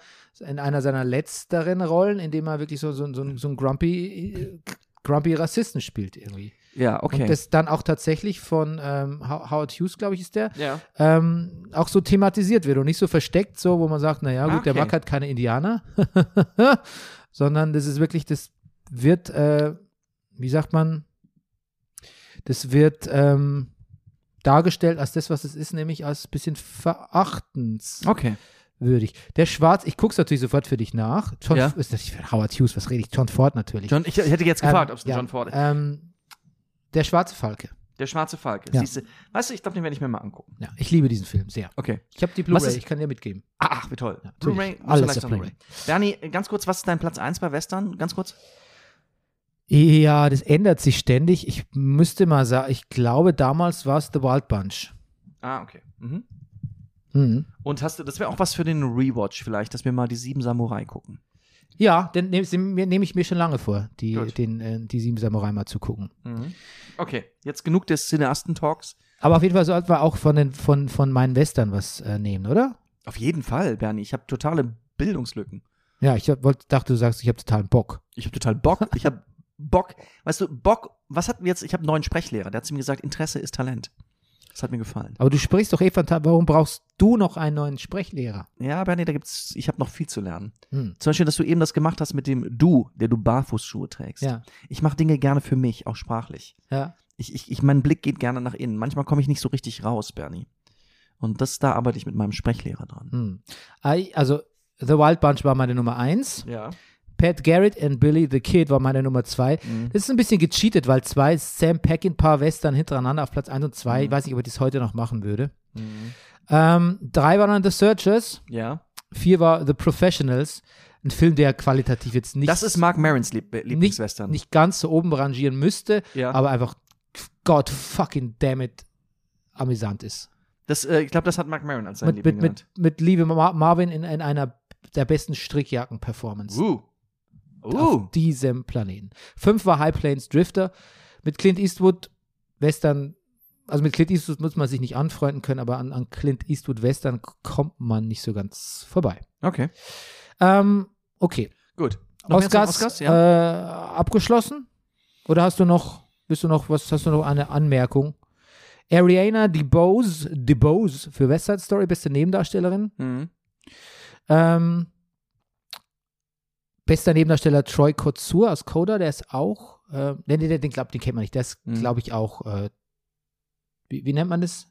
S1: in einer seiner letzteren Rollen, in dem er wirklich so, so, so, ein- so ein grumpy, äh, grumpy Rassisten spielt irgendwie.
S2: Ja, okay.
S1: Und das dann auch tatsächlich von ähm, How- Howard Hughes, glaube ich, ist der,
S2: ja.
S1: ähm, auch so thematisiert wird und nicht so versteckt, so wo man sagt, naja gut,
S2: Ah,
S1: der
S2: okay.
S1: Mack hat keine Indianer, <laughs> sondern das ist wirklich, das wird, äh, wie sagt man, das wird ähm, dargestellt als das, was es ist, nämlich als ein bisschen verachtenswürdig.
S2: Okay.
S1: Der Schwarz, ich gucke es natürlich sofort für dich nach. John,
S2: Ja.
S1: ist das, Howard Hughes, was rede ich? John Ford natürlich.
S2: John, ich, ich hätte jetzt gefragt,
S1: Ähm,
S2: ob es ein
S1: ja,
S2: John Ford ist.
S1: Ähm, der schwarze Falke.
S2: der Schwarze Falk.
S1: ja.
S2: Siehste, weißt du, ich glaube, den werde ich mir mal angucken.
S1: Ja, ich liebe diesen Film sehr.
S2: Okay.
S1: Ich habe die
S2: Was
S1: Blu-ray,
S2: ist-
S1: ich kann dir mitgeben.
S2: Ah, Ach, wie toll.
S1: Ja, natürlich.
S2: Blu-ray, muss
S1: Alles
S2: man gleich
S1: auf
S2: dran
S1: Blu-ray.
S2: reden. Bernie, ganz kurz, was ist dein Platz 1 bei Western? Ganz kurz.
S1: Ja, das ändert sich ständig. Ich müsste mal sagen, ich glaube, damals war es The Wild Bunch.
S2: Ah, okay. Mhm.
S1: Mhm.
S2: Und hast du, das wäre auch was für den Rewatch vielleicht, dass wir mal die sieben Samurai gucken.
S1: Ja, den nehme nehm ich mir schon lange vor, die,
S2: Gut.
S1: den, äh, die Sieben Samurai mal zu gucken.
S2: Mhm. Okay, jetzt genug des Cineasten-Talks.
S1: Aber auf jeden Fall sollten wir auch von, den, von, von meinen Western was äh, nehmen, oder?
S2: Auf jeden Fall, Bernie. Ich habe totale Bildungslücken.
S1: Ja, ich hab, wollt, dachte, du sagst, ich habe totalen Bock.
S2: Ich habe total <laughs> Bock. Ich habe Bock. Weißt du, Bock, was hat mir jetzt, ich habe einen neuen Sprechlehrer, der hat zu mir gesagt, Interesse ist Talent. Das hat mir gefallen.
S1: Aber du sprichst doch eh fantastisch. Warum brauchst du noch einen neuen Sprechlehrer?
S2: Ja, Bernie, da gibt's, ich habe noch viel zu lernen.
S1: Hm.
S2: Zum Beispiel, dass du eben das gemacht hast mit dem Du, der du Barfußschuhe trägst.
S1: Ja,
S2: Ich mache Dinge gerne für mich, auch sprachlich.
S1: ja.
S2: Ich, ich, ich, mein Blick geht gerne nach innen. Manchmal komme ich nicht so richtig raus, Bernie. Und das, da arbeite ich mit meinem Sprechlehrer dran.
S1: Hm. I- Also, The Wild Bunch war meine Nummer eins.
S2: Ja.
S1: Pat Garrett and Billy the Kid war meine Nummer zwei.
S2: Mhm.
S1: Das ist ein bisschen gecheatet, weil zwei Sam Peckinpah Western hintereinander auf Platz 1 und
S2: Mhm.
S1: 2. Ich weiß nicht, ob ich das heute noch machen würde. Ähm, drei waren dann The Searchers,
S2: Ja.
S1: vier war The Professionals, ein Film, der qualitativ jetzt nicht,
S2: Das ist Mark Marons Lieb äh,
S1: nicht,
S2: Lieblingswestern.
S1: nicht ganz so oben rangieren müsste,
S2: Ja.
S1: aber einfach God fucking damn it amüsant ist.
S2: das, äh, ich glaube, das hat Mark Maron als sein
S1: Mit,
S2: Liebling
S1: mit, mit, mit Liebe Mar Marvin in, in einer der besten Strickjacken-Performance.
S2: genannt. Uh. Uh.
S1: auf diesem Planeten. Fünf war High Plains Drifter mit Clint Eastwood Western. Also mit Clint Eastwood muss man sich nicht anfreunden können, aber an, an Clint Eastwood Western k- kommt man nicht so ganz vorbei.
S2: Okay,
S1: Ähm, okay.
S2: gut. Noch mehr zum
S1: Oscars,
S2: Oscars? Ja.
S1: äh, abgeschlossen? Oder hast du noch, bist du noch, was hast du noch eine Anmerkung? Ariana DeBose, DeBose für West Side Story, beste Nebendarstellerin.
S2: Mhm.
S1: Ähm, bester Nebendarsteller Troy Kotsur aus Coda, der ist auch, äh, nee, nee, den, glaub, den kennt man nicht, der ist,
S2: Mhm.
S1: glaube ich, auch, äh, wie, wie nennt man das?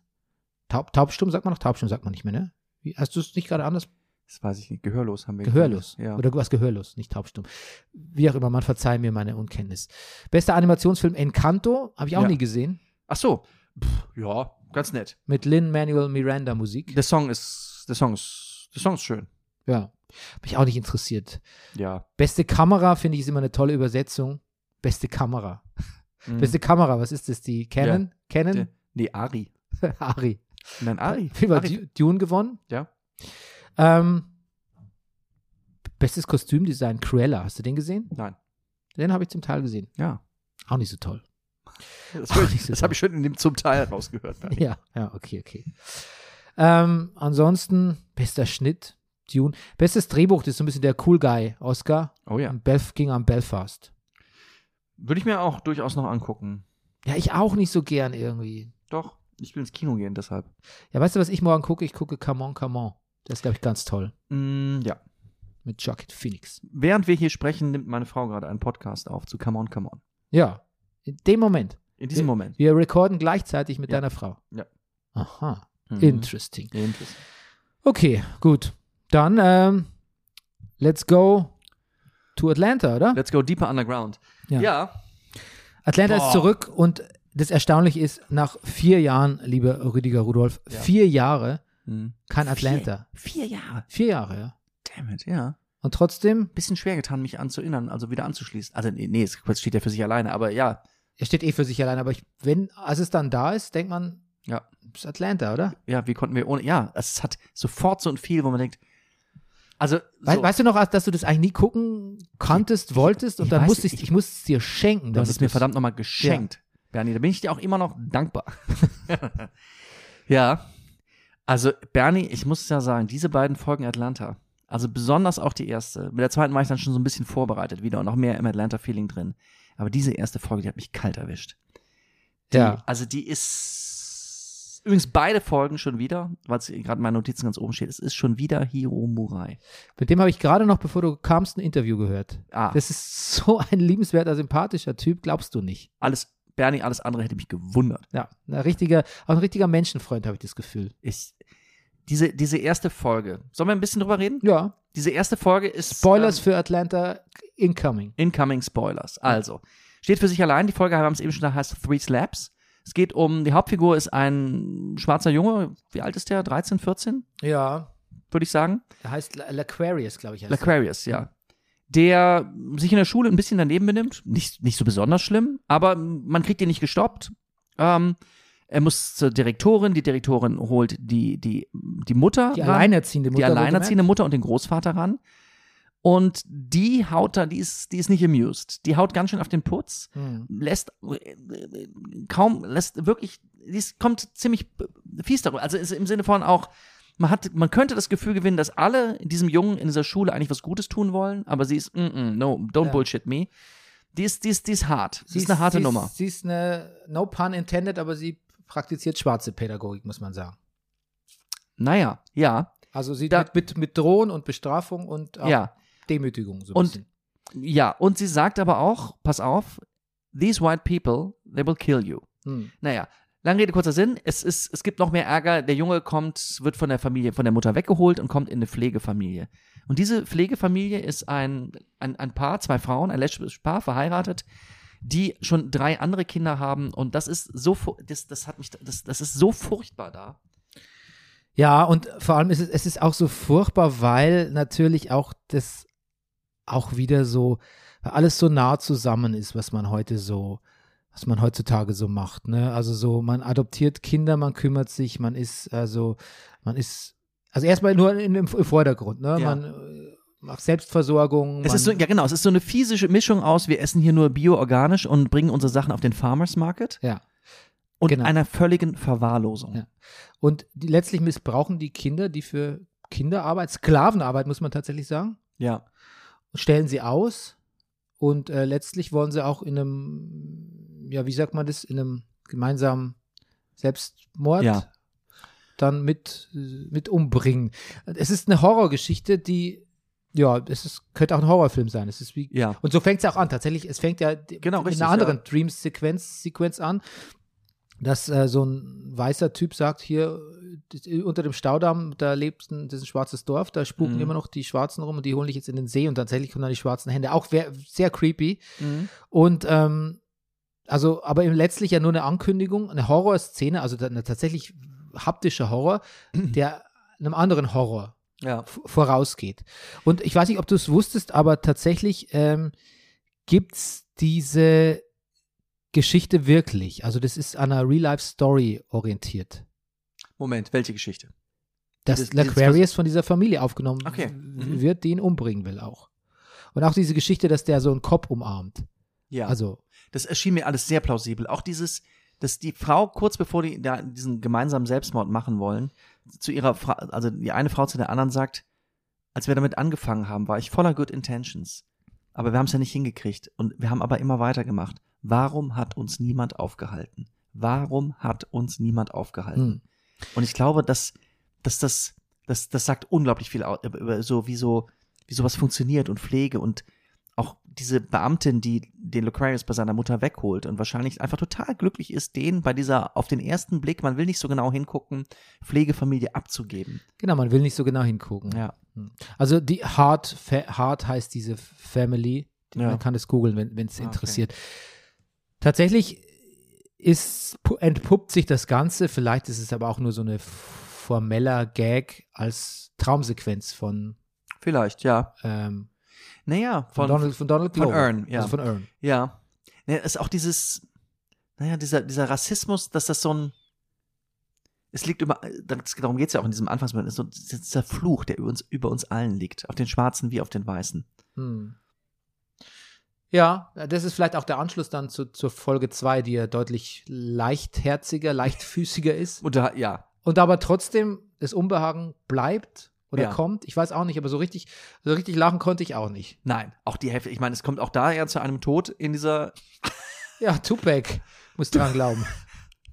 S1: Taub, taubstumm sagt man noch, taubstumm sagt man nicht mehr, ne? Wie, hast du es nicht gerade anders
S2: Das weiß ich nicht. Gehörlos haben wir
S1: Gehörlos.
S2: gesagt. Ja.
S1: Oder was gehörlos, nicht taubstumm. Wie auch immer, man verzeihe mir meine Unkenntnis. Bester Animationsfilm Encanto, habe ich auch
S2: Ja.
S1: nie gesehen.
S2: Ach so. Pff, ja, ganz nett.
S1: Mit Lin-Manuel Miranda Musik.
S2: Der Song ist, der Song ist, der Song ist schön.
S1: Ja. Mich auch nicht interessiert.
S2: Ja.
S1: Beste Kamera finde ich ist immer eine tolle Übersetzung. Beste Kamera.
S2: Mhm.
S1: Beste Kamera, was ist das? Die Canon? Canon?
S2: Nee, Ari.
S1: <laughs> Ari.
S2: Nein, Ari.
S1: Film hat
S2: Ari.
S1: Du- Dune gewonnen.
S2: Ja.
S1: Ähm, bestes Kostümdesign, Cruella. Hast du den gesehen?
S2: Nein.
S1: Den habe ich zum Teil gesehen.
S2: Ja.
S1: Auch nicht so toll.
S2: Das,
S1: Ach, nicht so
S2: das habe ich schon in dem zum Teil rausgehört.
S1: <laughs> Ja, ja, okay, okay. Ähm, ansonsten, bester Schnitt, Dune. Bestes Drehbuch, das ist so ein bisschen der Cool Guy, Oscar.
S2: Oh ja.
S1: Und Belf ging an Belfast.
S2: Würde ich mir auch durchaus noch angucken.
S1: Ja, ich auch nicht so gern irgendwie.
S2: Doch. Ich will ins Kino gehen, deshalb.
S1: Ja, weißt du, was ich morgen gucke? Ich gucke Come on, come on. Das ist, glaube ich, ganz toll.
S2: Mm, ja.
S1: Mit Joaquin Phoenix.
S2: Während wir hier sprechen, nimmt meine Frau gerade einen Podcast auf zu Come On, Come On.
S1: Ja, in dem Moment.
S2: In diesem
S1: Ja.
S2: Moment.
S1: Wir recorden gleichzeitig mit
S2: Ja.
S1: deiner Frau.
S2: Ja.
S1: Aha,
S2: Mhm.
S1: interesting.
S2: Interessant.
S1: Okay, gut. Dann, ähm, let's go to Atlanta, oder?
S2: Let's go deeper underground.
S1: Ja.
S2: ja.
S1: Atlanta
S2: Boah.
S1: ist zurück und das Erstaunliche ist, nach vier Jahren, lieber Rüdiger Rudolf,
S2: Ja.
S1: vier Jahre
S2: Mhm.
S1: kein Atlanta.
S2: Vier, vier Jahre.
S1: Vier Jahre, ja.
S2: Damn it, ja.
S1: Und trotzdem,
S2: Bisschen schwer getan, mich anzuerinnern, also wieder anzuschließen. Also, nee, nee, es steht ja für sich alleine, aber ja.
S1: er steht eh für sich allein, aber ich, wenn, als es dann da ist, denkt man,
S2: Ja.
S1: ist Atlanta, oder?
S2: Ja, wie konnten wir ohne. Ja, es hat sofort so ein Feel, wo man denkt. Also,
S1: Wei-
S2: so,
S1: Weißt du noch, dass du das eigentlich nie gucken konntest, wolltest und
S2: ich
S1: dann
S2: weiß,
S1: musste ich,
S2: ich-
S1: ich musste es dir schenken.
S2: du hast
S1: damit
S2: es mir
S1: du's-
S2: verdammt nochmal geschenkt, Bernie. Da bin ich dir auch immer noch dankbar. <laughs> ja. Also, Bernie, ich muss ja sagen, diese beiden Folgen Atlanta, also besonders auch die erste. Mit der zweiten war ich dann schon so ein bisschen vorbereitet wieder und noch mehr im Atlanta-Feeling drin. Aber diese erste Folge, die hat mich kalt erwischt. Die,
S1: Ja.
S2: Also die ist übrigens beide Folgen schon wieder, weil es gerade in meinen Notizen ganz oben steht. Es ist schon wieder Hiro Murai.
S1: Mit dem habe ich gerade noch, bevor du kamst, ein Interview gehört.
S2: Ah,
S1: Das ist so ein liebenswerter, sympathischer Typ, glaubst du nicht.
S2: alles Bernie, alles andere hätte mich gewundert.
S1: Ja, ein richtiger, auch ein richtiger Menschenfreund, habe ich das Gefühl.
S2: Ich diese diese erste Folge. Sollen wir ein bisschen drüber reden?
S1: Ja,
S2: Diese erste Folge ist
S1: Spoilers
S2: ähm,
S1: für Atlanta incoming.
S2: Incoming Spoilers. Also, steht für sich allein. Die Folge, wir haben es eben schon gesagt, heißt Three Slaps. Es geht um, die Hauptfigur ist ein schwarzer Junge. Wie alt ist der? 13, 14,
S1: Ja.
S2: würde ich sagen.
S1: Er heißt La- L'Aquarius, glaube ich. Heißt er.
S2: L'Aquarius, ja. Der sich in der Schule ein bisschen daneben benimmt. Nicht, nicht so besonders schlimm, aber man kriegt ihn nicht gestoppt. Ähm, er muss zur Direktorin. Die Direktorin holt die, die, die Mutter.
S1: Die
S2: ran,
S1: alleinerziehende Mutter.
S2: die alleinerziehende Mutter und den Großvater ran. Und die haut da, die ist, die ist nicht amused. Die haut ganz schön auf den Putz
S1: wohlgemerkt. Hm.
S2: lässt äh, äh, kaum, lässt wirklich, dies kommt ziemlich b- fies darüber. Also ist im Sinne von auch, man hat, man könnte das Gefühl gewinnen, dass alle diesem Jungen in dieser Schule eigentlich was Gutes tun wollen, aber sie ist, mm -mm, no, don't
S1: Ja.
S2: bullshit me. Die ist, die ist, die ist hart. Sie ist eine harte
S1: sie
S2: Nummer.
S1: Sie ist eine, no pun intended, aber sie praktiziert schwarze Pädagogik, muss man sagen.
S2: Naja, ja,
S1: Also sie
S2: Da-
S1: mit, mit, mit Drohen und Bestrafung und auch
S2: ja,
S1: Demütigung so ein
S2: Und-
S1: bisschen.
S2: ja. Und sie sagt aber auch, pass auf, these white people, they will kill you.
S1: Hm.
S2: Naja, lange Rede, kurzer Sinn. Es, ist, es gibt noch mehr Ärger. Der Junge kommt, wird von der Familie, von der Mutter weggeholt und kommt in eine Pflegefamilie. Und diese Pflegefamilie ist ein, ein, ein Paar, zwei Frauen, ein lesbisches Paar, verheiratet, die schon drei andere Kinder haben. Und das ist so, fu- das, das hat mich, das, das ist so furchtbar da.
S1: Ja, und vor allem ist es, es ist auch so furchtbar, weil natürlich auch das auch wieder so, weil alles so nah zusammen ist, was man heute so, was man heutzutage so macht. Ne? Also so, man adoptiert Kinder, man kümmert sich, man ist, also, man ist, also erstmal nur in, im, im Vordergrund, ne?
S2: Ja.
S1: Man äh, macht Selbstversorgung.
S2: Es
S1: man,
S2: ist so, ja genau, es ist so eine physische Mischung aus, wir essen hier nur bioorganisch und bringen unsere Sachen auf den Farmers Market
S1: ja.
S2: und
S1: Genau.
S2: einer völligen Verwahrlosung.
S1: Ja. Und die, letztlich missbrauchen die Kinder, die für Kinderarbeit, Sklavenarbeit, muss man tatsächlich sagen,
S2: ja.
S1: stellen sie aus und äh, letztlich wollen sie auch in einem, ja, wie sagt man das, in einem gemeinsamen Selbstmord
S2: Ja.
S1: dann mit, äh, mit umbringen. Es ist eine Horrorgeschichte, die, ja, es ist, könnte auch ein Horrorfilm sein. Es ist wie,
S2: Ja.
S1: und so fängt es auch an. Tatsächlich, es fängt ja d-
S2: Genau,
S1: mit
S2: richtig,
S1: einer anderen Dreams-Sequenz Sequenz an. dass äh, so ein weißer Typ sagt, hier äh, unter dem Staudamm, da lebt ein, das ist ein schwarzes Dorf, da spuken
S2: Mhm.
S1: immer noch die Schwarzen rum und die holen dich jetzt in den See und tatsächlich kommen dann die schwarzen Hände. Auch wer- sehr creepy. Und ähm, also, aber eben letztlich ja nur eine Ankündigung, eine Horrorszene, also da- eine tatsächlich haptische Horror, der einem anderen Horror
S2: Ja.
S1: v- vorausgeht. Und ich weiß nicht, ob du es wusstest, aber tatsächlich ähm, gibt es diese Geschichte wirklich. Also das ist an einer Real-Life-Story orientiert.
S2: Moment, welche Geschichte?
S1: Dass
S2: Das- dieses-
S1: Laquarius von dieser Familie aufgenommen
S2: Okay.
S1: w-
S2: Mhm.
S1: wird, die ihn umbringen will auch. Und auch diese Geschichte, dass der so einen Kopf umarmt.
S2: Ja.
S1: Also
S2: Das erschien mir alles sehr plausibel. Auch dieses, dass die Frau kurz bevor die da diesen gemeinsamen Selbstmord machen wollen, zu ihrer Fra also die eine Frau zu der anderen sagt, als wir damit angefangen haben, war ich voller Good Intentions. Aber wir haben es ja nicht hingekriegt und wir haben aber immer weitergemacht. Warum hat uns niemand aufgehalten? Warum hat uns niemand
S1: hm.
S2: aufgehalten? Und ich glaube, dass, dass das, das, das sagt unglaublich viel au- über, über so, wie so, wie sowas funktioniert und Pflege und auch diese Beamtin, die den Lucarius bei seiner Mutter wegholt und wahrscheinlich einfach total glücklich ist, den bei dieser, auf den ersten Blick, man will nicht so genau hingucken, Pflegefamilie abzugeben.
S1: genau, man will nicht so genau hingucken.
S2: Ja.
S1: Also die Hart, Fa- Hart heißt diese Family.
S2: Ja.
S1: Man kann es googeln, wenn es
S2: Ah, okay.
S1: interessiert. Tatsächlich ist, pu- entpuppt sich das Ganze, vielleicht ist es aber auch nur so eine formeller Gag als Traumsequenz von,
S2: Vielleicht, ja.
S1: ähm,
S2: Naja,
S1: von,
S2: von,
S1: Donald, von Donald
S2: von
S1: Glover.
S2: Earn, ja.
S1: Also von Earn.
S2: Ja. Naja, ist auch dieses, naja, dieser, dieser Rassismus, dass das so ein, es liegt über, das- darum geht's ja auch in diesem Anfangsmoment, ist so dieser Fluch, der über uns, über uns allen liegt, auf den Schwarzen wie auf den Weißen.
S1: Hm. Ja, das ist vielleicht auch der Anschluss dann zu, zur Folge 2, die ja deutlich leichtherziger, leichtfüßiger ist.
S2: Und da, ja,
S1: Und aber trotzdem das Unbehagen bleibt oder
S2: Ja.
S1: kommt. Ich weiß auch nicht, aber so richtig, so richtig lachen konnte ich auch nicht.
S2: nein, auch die Hälfte, ich meine, es kommt auch da eher zu einem Tod in dieser,
S1: Ja, Tupac muss dran glauben.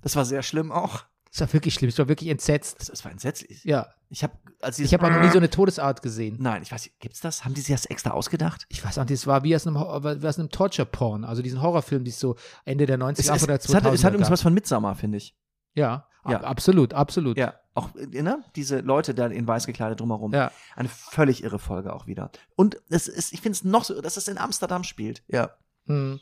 S2: das war sehr schlimm auch.
S1: Das war wirklich schlimm. Ich war wirklich entsetzt.
S2: Das, das war entsetzlich.
S1: Ja,
S2: Ich habe, als
S1: ich habe auch noch nie so eine Todesart gesehen.
S2: Nein, ich weiß, nicht, gibt's das? Haben die sich das extra ausgedacht?
S1: Ich weiß auch nicht, es war wie aus einem, Hor- war- war aus einem Torture-Porn, also diesen Horrorfilm, die es so Ende der 90er
S2: es,
S1: oder 2000er
S2: es, es hat, es hat übrigens
S1: gab.
S2: was von Midsommar, finde ich.
S1: Ja,
S2: Ja.
S1: ja. absolut, absolut.
S2: Ja, auch äh, ne? diese Leute da in weiß gekleidet drumherum.
S1: Ja.
S2: Eine völlig irre Folge auch wieder. Und es ist, ich finde es noch so, dass es in Amsterdam spielt. Ja.
S1: Hm.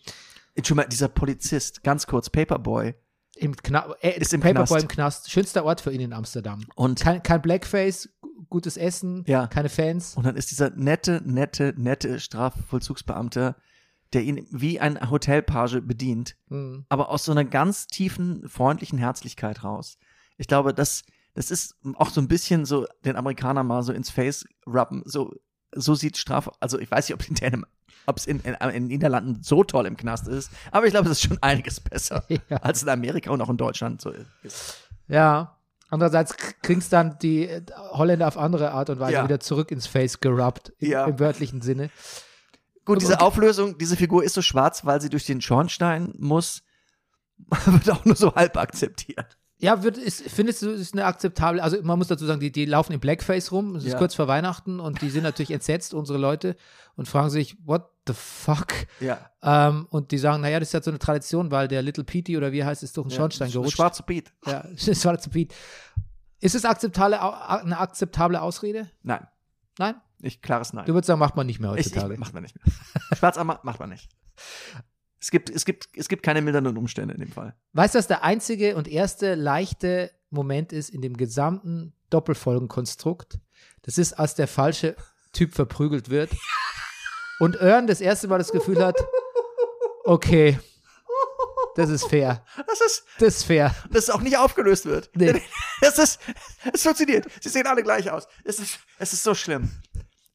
S2: Schon mal dieser Polizist, ganz kurz, Paperboy.
S1: Im Kna äh,
S2: Ist im
S1: Paperboy
S2: Knast.
S1: im Knast. Schönster Ort für ihn in Amsterdam.
S2: Und,
S1: Kein, kein Blackface, gu- gutes Essen,
S2: Ja.
S1: keine Fans.
S2: und dann ist dieser nette, nette, nette Strafvollzugsbeamte, der ihn wie ein Hotelpage bedient,
S1: Hm. <laughs>
S2: aber aus so einer ganz tiefen, freundlichen Herzlichkeit raus. Ich glaube, das, das ist auch so ein bisschen so den Amerikanern mal so ins Face rubben. So, so sieht Straf, also ich weiß nicht, ob in Dänemark, ob es in, in, in den Niederlanden so toll im Knast ist, aber ich glaube, es ist schon einiges besser
S1: Ja.
S2: als in Amerika und auch in Deutschland so ist.
S1: Ja. Andererseits k- kriegst dann die äh, Holländer auf andere Art und Weise
S2: Ja.
S1: wieder zurück ins Face gerubbt, im,
S2: Ja.
S1: im wörtlichen Sinne.
S2: Gut, diese Auflösung, diese Figur ist so schwarz, weil sie durch den Schornstein muss, <laughs> wird auch nur so halb akzeptiert.
S1: Ja, wird, ist, findest du, ist eine akzeptable, also man muss dazu sagen, die, die laufen im Blackface rum, es ist
S2: Ja.
S1: kurz vor Weihnachten und die sind natürlich entsetzt, unsere Leute, und fragen sich, what the fuck?
S2: Ja.
S1: Ähm, und die sagen, naja, das ist ja so eine Tradition, weil der Little Petey oder wie heißt es, durch den Schornstein gerutscht.
S2: Schwarzer Beat.
S1: Ja, <laughs> es war zu Pete. Ist es akzeptable, au- eine akzeptable Ausrede?
S2: Nein,
S1: Nein?
S2: ich klares Nein.
S1: Du würdest sagen, macht man nicht mehr
S2: Ich,
S1: heutzutage.
S2: ich, macht man nicht mehr. Schwarzarmer macht man nicht. Es gibt, es, gibt, es gibt keine mildernden Umstände in dem Fall.
S1: Weißt du, was der einzige und erste leichte Moment ist in dem gesamten Doppelfolgenkonstrukt? Das ist, als der falsche Typ verprügelt wird und Earn das erste Mal das Gefühl hat, okay, das ist fair,
S2: Das ist,
S1: das ist fair.
S2: dass es auch nicht aufgelöst wird.
S1: Nee.
S2: Das ist, <laughs> es funktioniert. Sie sehen alle gleich aus. Es ist, es ist so schlimm.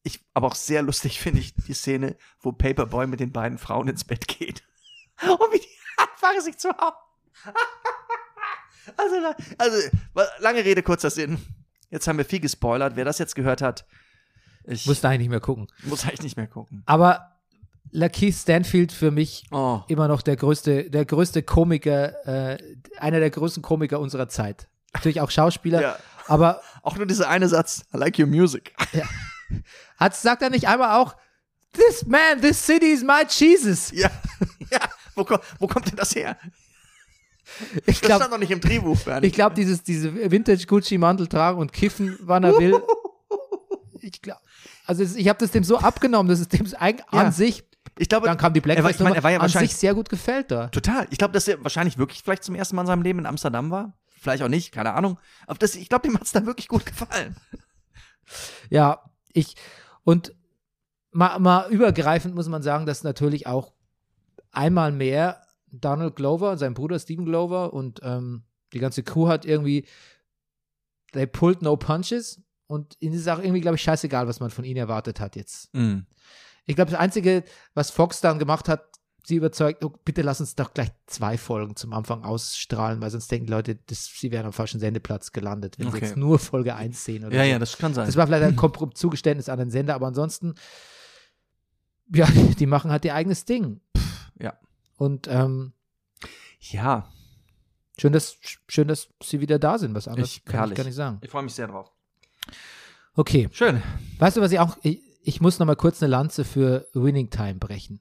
S2: Ich, aber auch sehr lustig finde ich die Szene, wo Paperboy mit den beiden Frauen ins Bett geht. Und wie die <laughs> anfangen sich zu hauen. Also, la- also, wa- lange Rede, kurzer Sinn. Jetzt haben wir viel gespoilert. Wer das jetzt gehört hat, ich
S1: Musst du eigentlich nicht mehr gucken.
S2: muss eigentlich nicht mehr gucken.
S1: Aber Lakeith Stanfield für mich
S2: Oh.
S1: immer noch der größte, der größte Komiker, äh, einer der größten Komiker unserer Zeit. Natürlich auch Schauspieler,
S2: Ja.
S1: aber
S2: Auch nur dieser eine Satz, I like your music. <laughs>
S1: Hat, sagt er nicht einmal auch, this man, this city is my Jesus?
S2: Ja, ja. Wo, ko- wo kommt denn das her?
S1: Ich
S2: Das
S1: glaube,
S2: stand doch nicht im Drehbuch, Bernie.
S1: ich glaub, dieses, diese Vintage-Gucci-Mantel tragen und kiffen, wann er
S2: <laughs>
S1: will. Ich glaube. Also es, ich habe das dem so abgenommen, dass es dem eig- an
S2: Ja.
S1: sich,
S2: Ich glaube,
S1: dann kam die
S2: er war- ich meine,
S1: Blackface-Nummer,
S2: er war ja
S1: an
S2: wahrscheinlich-
S1: sich sehr gut gefällt da.
S2: Total. Ich glaube, dass er wahrscheinlich wirklich vielleicht zum ersten Mal in seinem Leben in Amsterdam war. Vielleicht auch nicht, keine Ahnung. Aber das, ich glaube, dem hat es da wirklich gut gefallen.
S1: Ja, ich und mal, mal übergreifend muss man sagen, dass natürlich auch einmal mehr Donald Glover und sein Bruder Stephen Glover und ähm, die ganze Crew hat irgendwie they pulled no punches und ihnen ist auch irgendwie, glaube ich, scheißegal, was man von ihnen erwartet hat jetzt.
S2: Mm.
S1: Ich glaube, das Einzige, was Fox dann gemacht hat, sie überzeugt, oh, bitte lass uns doch gleich zwei Folgen zum Anfang ausstrahlen, weil sonst denken Leute, das, sie wären am falschen Sendeplatz gelandet, wenn sie
S2: Okay.
S1: jetzt nur Folge 1 sehen. Oder
S2: Ja,
S1: so.
S2: ja, das kann sein.
S1: Das war vielleicht ein Komprom Zugeständnis an den Sender, aber ansonsten, ja, <laughs> die machen halt ihr eigenes Ding.
S2: ja.
S1: Und ähm,
S2: ja,
S1: schön, dass, schön, dass sie wieder da sind. Was anderes
S2: Ich-
S1: kann
S2: herrlich.
S1: ich gar nicht sagen.
S2: ich freue mich sehr drauf.
S1: Okay.
S2: Schön.
S1: Weißt du, was ich auch. Ich, ich muss noch mal kurz eine Lanze für Winning Time brechen.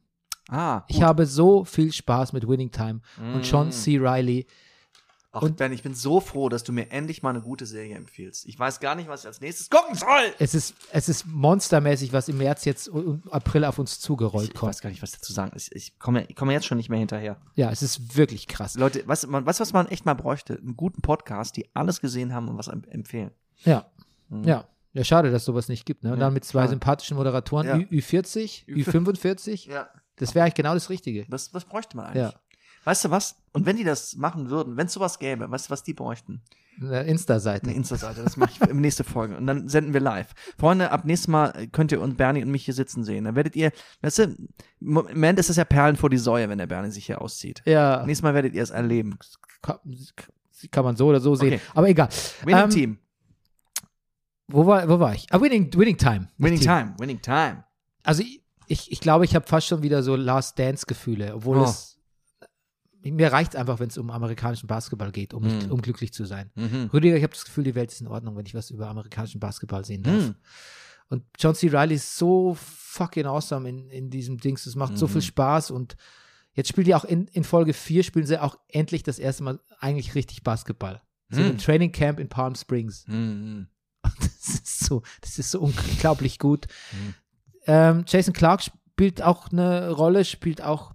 S2: Ah,
S1: Ich habe so viel Spaß mit Winning Time
S2: Mm.
S1: und John C. Riley.
S2: Ach,
S1: Und-
S2: Ben, ich bin so froh, dass du mir endlich mal eine gute Serie empfiehlst. Ich weiß gar nicht, was ich als nächstes gucken soll.
S1: Es ist, es ist monstermäßig, was im März jetzt und April auf uns zugerollt kommt.
S2: gar nicht, was dazu sagen ist. Ich komme, ich komme jetzt schon nicht mehr hinterher.
S1: Ja, es ist wirklich krass.
S2: Leute, was man, was, was man echt mal bräuchte? Einen guten Podcast, die alles gesehen haben und was em- empfehlen.
S1: Ja.
S2: Mhm.
S1: Ja. Ja, schade, dass sowas nicht gibt. Ne? Und
S2: Ja,
S1: dann mit zwei
S2: schade.
S1: sympathischen Moderatoren,
S2: Ja.
S1: Ü Ü40,
S2: Ü-
S1: Ü45.
S2: Ja.
S1: Das wäre eigentlich genau das Richtige.
S2: Was, was bräuchte man eigentlich?
S1: Ja.
S2: Weißt du was? Und wenn die das machen würden, wenn es sowas gäbe, weißt du, was die bräuchten?
S1: Eine Insta-Seite.
S2: Eine Insta-Seite, das mache ich im <laughs> nächste Folge. Und dann senden wir live. Freunde, ab nächstes Mal äh, könnt ihr uns Bernie und mich hier sitzen sehen. Dann werdet ihr, weißt du, im Moment ist das ja Perlen vor die Säue, wenn der Bernie sich hier auszieht.
S1: Ja,
S2: Nächstes Mal werdet ihr es erleben.
S1: kann, kann man so oder so sehen.
S2: Okay.
S1: Aber egal.
S2: Winning
S1: Ähm,
S2: Team.
S1: Wo war, wo war ich? Ah, Winning, Winning Time. Nicht
S2: Winning
S1: Team.
S2: Time. Winning Time.
S1: Also ich, ich, ich glaube, ich habe fast schon wieder so Last Dance-Gefühle, obwohl
S2: Oh.
S1: es mir reicht einfach, wenn es um amerikanischen Basketball geht, um, nicht,
S2: Mm.
S1: um glücklich zu sein.
S2: Mhm.
S1: Rüdiger, ich habe das Gefühl, die Welt ist in Ordnung, wenn ich was über amerikanischen Basketball sehen darf.
S2: Mhm.
S1: Und John C. Riley ist so fucking awesome in, in diesem Dings. Es macht so
S2: Mhm.
S1: viel Spaß und jetzt spielen die auch in, in Folge 4 spielen sie auch endlich das erste Mal eigentlich richtig Basketball. So
S2: Mhm.
S1: im Training Camp in Palm Springs. <laughs>
S2: Mhm.
S1: Das ist so, das ist so unglaublich gut.
S2: Mhm.
S1: Ähm, Jason Clark spielt auch eine Rolle, spielt auch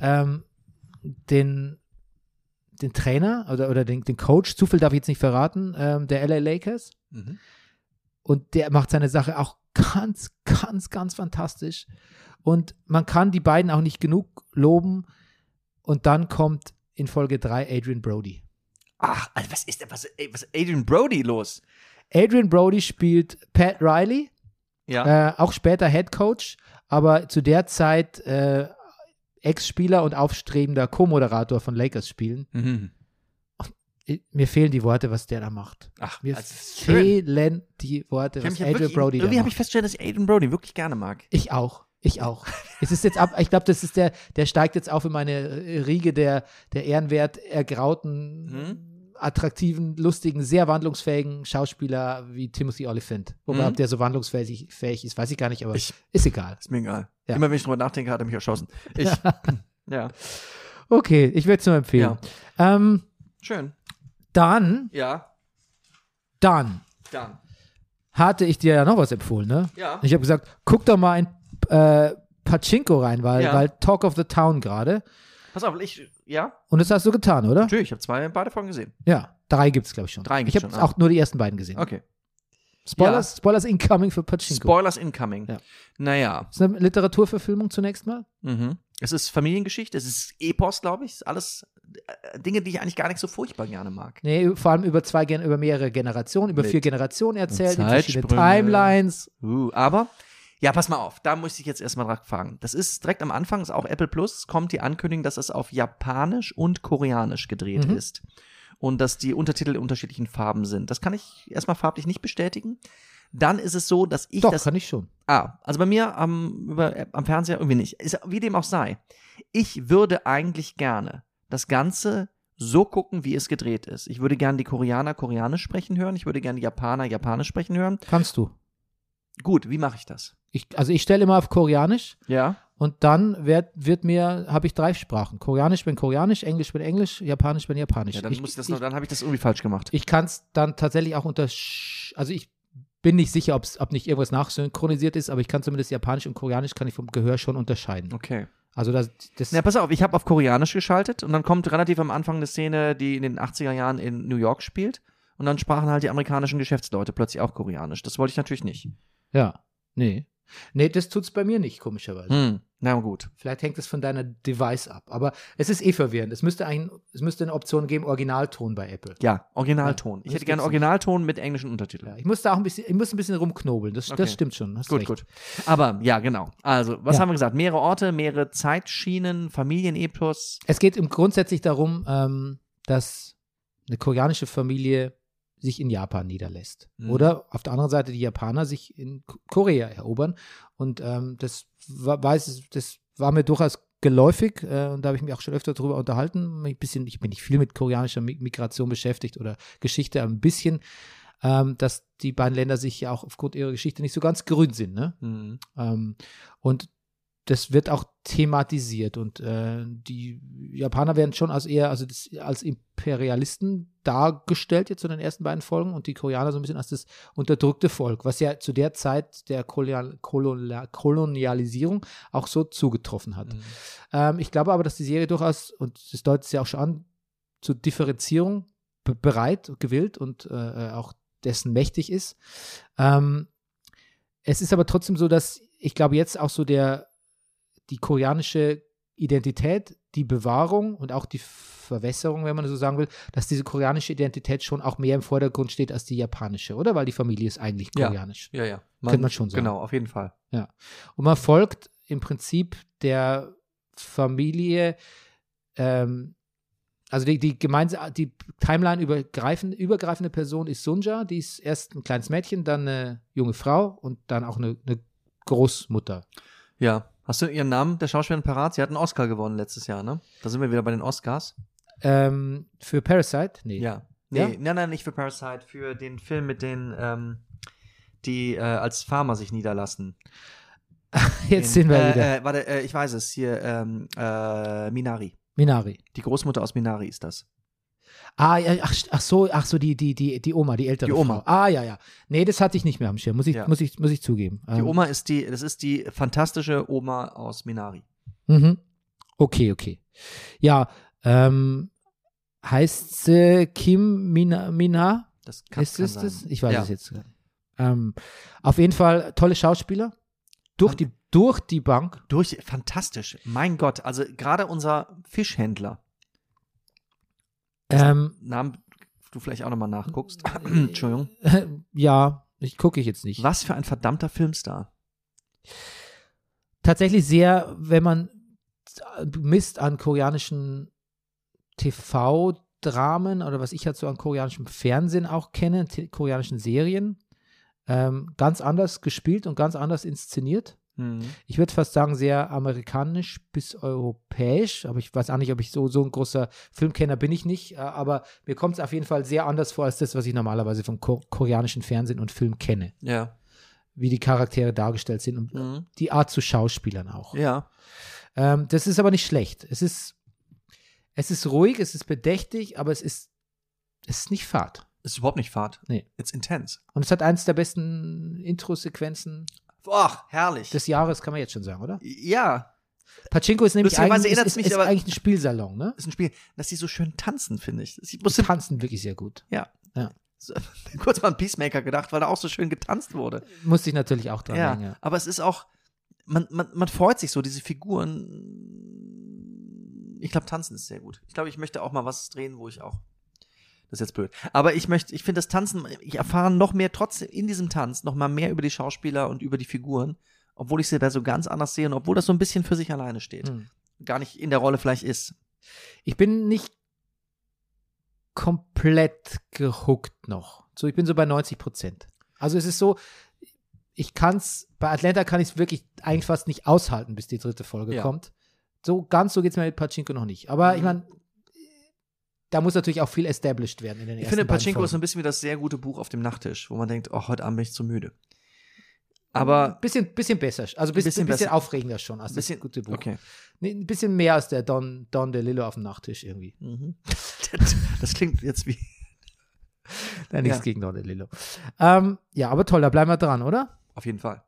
S1: ähm, den, den Trainer oder, oder den, den Coach, zu viel darf ich jetzt nicht verraten, ähm, der LA Lakers.
S2: Mhm.
S1: Und der macht seine Sache auch ganz, ganz, ganz fantastisch. Und man kann die beiden auch nicht genug loben. Und dann kommt in Folge 3 Adrian Brody.
S2: Ach, Alter, was ist denn, was, ey, was ist Adrian Brody los?
S1: Adrian Brody spielt Pat Riley,
S2: Ja.
S1: äh, auch später Head Coach, aber zu der Zeit äh, Ex-Spieler und aufstrebender Co-Moderator von Lakers spielen.
S2: Mhm.
S1: Ich, mir fehlen die Worte, was der da macht.
S2: Ach,
S1: Mir
S2: also, schön.
S1: fehlen die Worte,
S2: Ich hab
S1: was
S2: mich ja
S1: Adrian
S2: wirklich,
S1: Brody da
S2: irgendwie
S1: macht.
S2: habe ich festgestellt, dass ich Adrian Brody wirklich gerne mag.
S1: Ich auch. Ich auch. Es ist jetzt ab, ich glaube, das ist der, der steigt jetzt auf in meine äh, Riege der, der ehrenwert
S2: Hm?
S1: ergrauten, attraktiven, lustigen, sehr wandlungsfähigen Schauspieler wie Timothy Oliphant. Wobei,
S2: Mhm.
S1: ob der so wandlungsfähig fähig ist, weiß ich gar nicht, aber
S2: Ich-
S1: ist egal.
S2: Ist mir egal.
S1: Ja.
S2: Immer wenn ich drüber nachdenke, hat er mich erschossen. Ich. <laughs> ja.
S1: Okay, ich würde es nur empfehlen. Ähm,
S2: Schön.
S1: dann,
S2: Ja.
S1: dann
S2: Dann.
S1: hatte ich dir ja noch was empfohlen, ne?
S2: Ja.
S1: Ich habe gesagt, guck doch mal in äh, Pachinko rein, weil,
S2: Ja.
S1: weil Talk of the Town gerade.
S2: Pass auf, ich. Ja.
S1: Und das hast du getan, oder?
S2: Natürlich, ich habe zwei beide Folgen gesehen.
S1: Ja, drei gibt's glaube ich, schon.
S2: Drei gibt's
S1: ich habe
S2: schon, ah.
S1: auch nur die ersten beiden gesehen.
S2: Okay.
S1: Spoilers, Spoilers incoming für Pachinko.
S2: Spoilers incoming.
S1: Ja.
S2: Naja.
S1: ist eine Literaturverfilmung zunächst mal.
S2: Mhm. Es ist Familiengeschichte, es ist Epos, glaube ich. Es ist alles äh, Dinge, die ich eigentlich gar nicht so furchtbar gerne mag.
S1: Nee, vor allem über zwei, Gen- über mehrere Generationen, über
S2: Mit-
S1: vier Generationen erzählt, in
S2: Und
S1: verschiedene
S2: Zeitsprünge.
S1: Timelines.
S2: Uh, aber. Ja, pass mal auf, da muss ich jetzt erstmal dran fragen. Das ist direkt am Anfang, ist auch Apple Plus, kommt die Ankündigung, dass es auf Japanisch und Koreanisch gedreht
S1: Mhm.
S2: ist. Und dass die Untertitel in unterschiedlichen Farben sind. Das kann ich erstmal farblich nicht bestätigen. Dann ist es so, dass ich
S1: Doch,
S2: das
S1: kann ich schon.
S2: Ah, also bei mir am, über, am Fernseher irgendwie nicht. Ist, wie dem auch sei. Ich würde eigentlich gerne das Ganze so gucken, wie es gedreht ist. Ich würde gerne die Koreaner Koreanisch sprechen hören. Ich würde gerne die Japaner Japanisch sprechen hören.
S1: Kannst du.
S2: Gut, wie mache ich das?
S1: Ich, also ich stelle immer auf Koreanisch
S2: Ja.
S1: Und dann wird, wird mir, habe ich drei Sprachen. Koreanisch bin Koreanisch, Englisch bin Englisch, Japanisch bin Japanisch.
S2: Ja, dann
S1: ich
S2: muss ich das
S1: ich,
S2: noch, dann habe ich das irgendwie falsch gemacht.
S1: ich kann es dann tatsächlich auch unter, also ich bin nicht sicher, ob's, ob nicht irgendwas nachsynchronisiert ist, aber ich kann zumindest Japanisch und Koreanisch kann ich vom Gehör schon unterscheiden.
S2: Okay.
S1: Also das, das
S2: Na, pass auf, ich habe auf Koreanisch geschaltet und dann kommt relativ am Anfang eine Szene, die in den 80er Jahren in New York spielt. Und dann sprachen halt die amerikanischen Geschäftsleute plötzlich auch Koreanisch. Das wollte ich natürlich nicht.
S1: ja, nee. Nee, das tut's bei mir nicht, komischerweise.
S2: Hm, na gut.
S1: Vielleicht hängt es von deiner Device ab. Aber es ist eh verwirrend. Es müsste, ein, es müsste eine Option geben, Originalton bei Apple.
S2: Ja, Originalton. ich
S1: das
S2: hätte gerne
S1: gibt's
S2: Originalton mit englischen Untertiteln.
S1: Ja, ich muss da auch ein bisschen, ich muss ein bisschen rumknobeln. Das,
S2: Okay.
S1: das stimmt schon. Hast
S2: Gut,
S1: recht.
S2: gut. Aber ja, genau. Also, was
S1: Ja.
S2: haben wir gesagt? Mehrere Orte, mehrere Zeitschienen, Familienepos.
S1: Es geht im grundsätzlich darum, ähm, dass eine koreanische Familie sich in Japan niederlässt.
S2: Mhm.
S1: Oder auf der anderen Seite die Japaner sich in K- Korea erobern. Und ähm, das, wa- weiß, das war mir durchaus geläufig äh, und da habe ich mich auch schon öfter drüber unterhalten. Ein bisschen, ich bin nicht viel mit koreanischer Mi- Migration beschäftigt oder Geschichte, aber ein bisschen, ähm, dass die beiden Länder sich ja auch aufgrund ihrer Geschichte nicht so ganz grün sind. Ne?
S2: Hm,
S1: Ähm, und das wird auch thematisiert und äh, die Japaner werden schon als eher also das, als Imperialisten dargestellt jetzt in den ersten beiden Folgen und die Koreaner so ein bisschen als das unterdrückte Volk, was ja zu der Zeit der Kolonial Kolonial Kolonialisierung auch so zugetroffen hat.
S2: hm.
S1: Ähm, ich glaube aber, dass die Serie durchaus, und das deutet es ja auch schon an, zur Differenzierung be- bereit, und gewillt und äh, äh, auch dessen mächtig ist. Ähm, es ist aber trotzdem so, dass ich glaube, jetzt auch so der, die koreanische Identität, die Bewahrung und auch die Verwässerung, wenn man so sagen will, dass diese koreanische Identität schon auch mehr im Vordergrund steht als die japanische, oder? Weil die Familie ist eigentlich
S2: Ja.
S1: koreanisch.
S2: Ja, ja.
S1: Könnte man schon sagen.
S2: Genau, auf jeden Fall.
S1: Und man folgt im Prinzip der Familie, ähm, also die, die gemeinsame, die Timeline übergreifende, übergreifende Person ist Sunja, die ist erst ein kleines Mädchen, dann eine junge Frau und dann auch eine, eine Großmutter.
S2: Ja. Hast du ihren Namen, der Schauspielerin parat? Sie hat einen Oscar gewonnen letztes Jahr, ne? Da sind wir wieder bei den Oscars.
S1: Ähm, für Parasite? Nee.
S2: Ja. Nee,
S1: Ja?
S2: nein, nein, nicht für Parasite, für den Film mit den, ähm, die äh, als Farmer sich niederlassen.
S1: <laughs> Jetzt sind wir
S2: äh,
S1: wieder.
S2: Äh, warte, äh, ich weiß es, hier, ähm, äh, Minari.
S1: Minari.
S2: Die Großmutter aus Minari ist das.
S1: Ah, ja, ach, ach so, ach so, die, die, die, die Oma, die ältere
S2: Die Oma.
S1: Frau. Ah, ja, ja. Nee, das hatte ich nicht mehr am Schirm, muss ich,
S2: Ja.
S1: muss ich, muss ich zugeben.
S2: Die
S1: Ähm,
S2: Oma ist die, das ist die fantastische Oma aus Minari.
S1: Mhm. Okay, okay. Ja, ähm, heißt sie Kim Mina? Mina?
S2: Das kann,
S1: Ist
S2: kann
S1: es
S2: sein.
S1: das? Ich weiß
S2: ja.
S1: es jetzt gar nicht. Ähm, auf jeden Fall tolle Schauspieler. Durch die, durch die Bank.
S2: Durch, fantastisch. Mein Gott, also gerade unser Fischhändler,
S1: Ähm, <laughs>
S2: Namen du vielleicht auch nochmal nachguckst.
S1: Äh,
S2: <clears throat> Entschuldigung.
S1: ja, ich gucke ich jetzt nicht.
S2: Was für ein verdammter Filmstar.
S1: Tatsächlich sehr, wenn man misst an koreanischen TV-Dramen oder was ich halt so an koreanischem Fernsehen auch kenne, t- koreanischen Serien, ähm, ganz anders gespielt und ganz anders inszeniert. ich würde fast sagen, sehr amerikanisch bis europäisch, aber ich weiß auch nicht, ob ich so, so ein großer Filmkenner bin ich nicht, äh, aber mir kommt es auf jeden Fall sehr anders vor als das, was ich normalerweise vom ko koreanischen Fernsehen und Film kenne,
S2: Ja.
S1: wie die Charaktere dargestellt sind und
S2: Mhm.
S1: die Art zu Schauspielern auch.
S2: Ja.
S1: Ähm, das ist aber nicht schlecht. Es ist, es ist ruhig, es ist bedächtig, aber es ist, es ist nicht fad.
S2: Ist überhaupt nicht Fahrt.
S1: Nee.
S2: It's intense.
S1: Und es hat eins der besten Intro-Sequenzen
S2: Ach, herrlich.
S1: des Jahres, kann man jetzt schon sagen, oder?
S2: ja,
S1: Pachinko ist nämlich
S2: Lustigerweise
S1: eigentlich, ist,
S2: erinnert's
S1: ist,
S2: mich
S1: ist
S2: aber-
S1: eigentlich ein Spielsalon, ne?
S2: ist ein Spiel, dass die so schön tanzen, finde ich. Ich
S1: Die
S2: musste
S1: tanzen wirklich sehr gut.
S2: <laughs> kurz mal an Peacemaker gedacht, weil da auch so schön getanzt wurde.
S1: Musste ich natürlich auch dran
S2: ja,
S1: denken. Ja.
S2: aber es ist auch, man, man, man freut sich so, diese Figuren. Ich glaube, tanzen ist sehr gut. Ich glaube, ich möchte auch mal was drehen, wo ich auch. Das ist jetzt blöd. Aber ich möchte, ich finde das Tanzen, ich erfahre noch mehr trotzdem in diesem Tanz, noch mal mehr über die Schauspieler und über die Figuren, obwohl ich sie da so ganz anders sehe und obwohl das so ein bisschen für sich alleine steht.
S1: Hm.
S2: Gar nicht in der Rolle vielleicht ist.
S1: Ich bin nicht komplett gehuckt noch. So, ich bin so bei 90 Prozent. Also es ist so, ich kann es, bei Atlanta kann ich es wirklich eigentlich fast nicht aushalten, bis die dritte Folge
S2: Ja.
S1: kommt. So ganz so geht es mir mit Pachinko noch nicht. Aber ich
S2: Mhm.
S1: meine, da muss natürlich auch viel established werden in den
S2: Ich
S1: ersten
S2: finde,
S1: beiden
S2: Pachinko ist so
S1: Folgen.
S2: ein bisschen wie das sehr gute Buch auf dem Nachttisch, wo man denkt, oh, heute Abend bin ich zu müde. Aber
S1: Bisschen, bisschen besser, also bis, bisschen,
S2: Bisschen
S1: bisschen
S2: besser.
S1: aufregender schon als
S2: Bisschen-
S1: das gute Buch.
S2: okay.
S1: Nee, ein bisschen mehr als der Don, Don DeLillo auf dem Nachttisch irgendwie.
S2: <laughs> das klingt jetzt wie.
S1: Ja, nichts
S2: Ja.
S1: gegen Don DeLillo. Ähm, ja, aber toll, da bleiben wir dran, oder?
S2: Auf jeden Fall.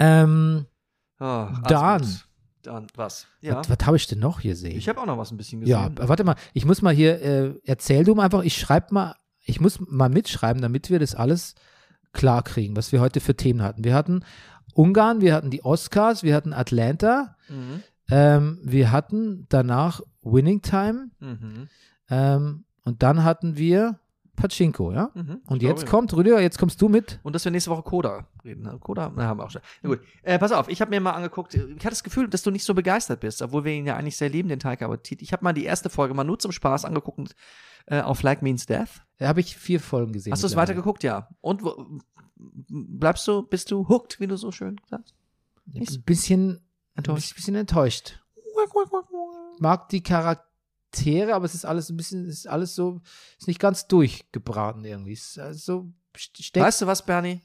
S1: Ähm,
S2: Ah,
S1: Dann.
S2: Atmos. Dann, was? Ja.
S1: Was, was habe ich denn noch hier sehen?
S2: Ich habe auch noch was ein bisschen
S1: ja,
S2: gesehen.
S1: aber warte mal, ich muss mal hier, äh, erzähl du mal einfach, ich schreibe mal, ich muss mal mitschreiben, damit wir das alles klar kriegen, was wir heute für Themen hatten. Wir hatten Ungarn, wir hatten die Oscars, wir hatten Atlanta,
S2: Mhm.
S1: ähm, wir hatten danach Winning Time
S2: Mhm.
S1: ähm, und dann hatten wir Pachinko, ja?
S2: Mhm.
S1: Und
S2: Glaube
S1: jetzt
S2: ich.
S1: kommt, Rüdiger, jetzt kommst du mit.
S2: Und dass wir nächste Woche Coda reden. ne? Coda na, haben wir auch schon. Na gut. Äh, pass auf, ich habe mir mal angeguckt, ich hatte das Gefühl, dass du nicht so begeistert bist, obwohl wir ihn ja eigentlich sehr lieben, den Taika Waititi. Ich habe mal die erste Folge mal nur zum Spaß angeguckt und, äh, auf Like Means Death.
S1: Da habe ich vier Folgen gesehen.
S2: Hast du es
S1: mittlerweile.
S2: weitergeguckt? Ja. Und wo, bleibst du, bist du hooked, wie du so schön sagst?
S1: Ich bin ein bisschen
S2: Enttäuscht.
S1: Ein bisschen enttäuscht. Mag die Charaktere, aber es ist alles ein bisschen, es ist alles so, ist nicht ganz durchgebraten irgendwie. Es ist alles so st- steckt.
S2: Weißt du was, Bernie?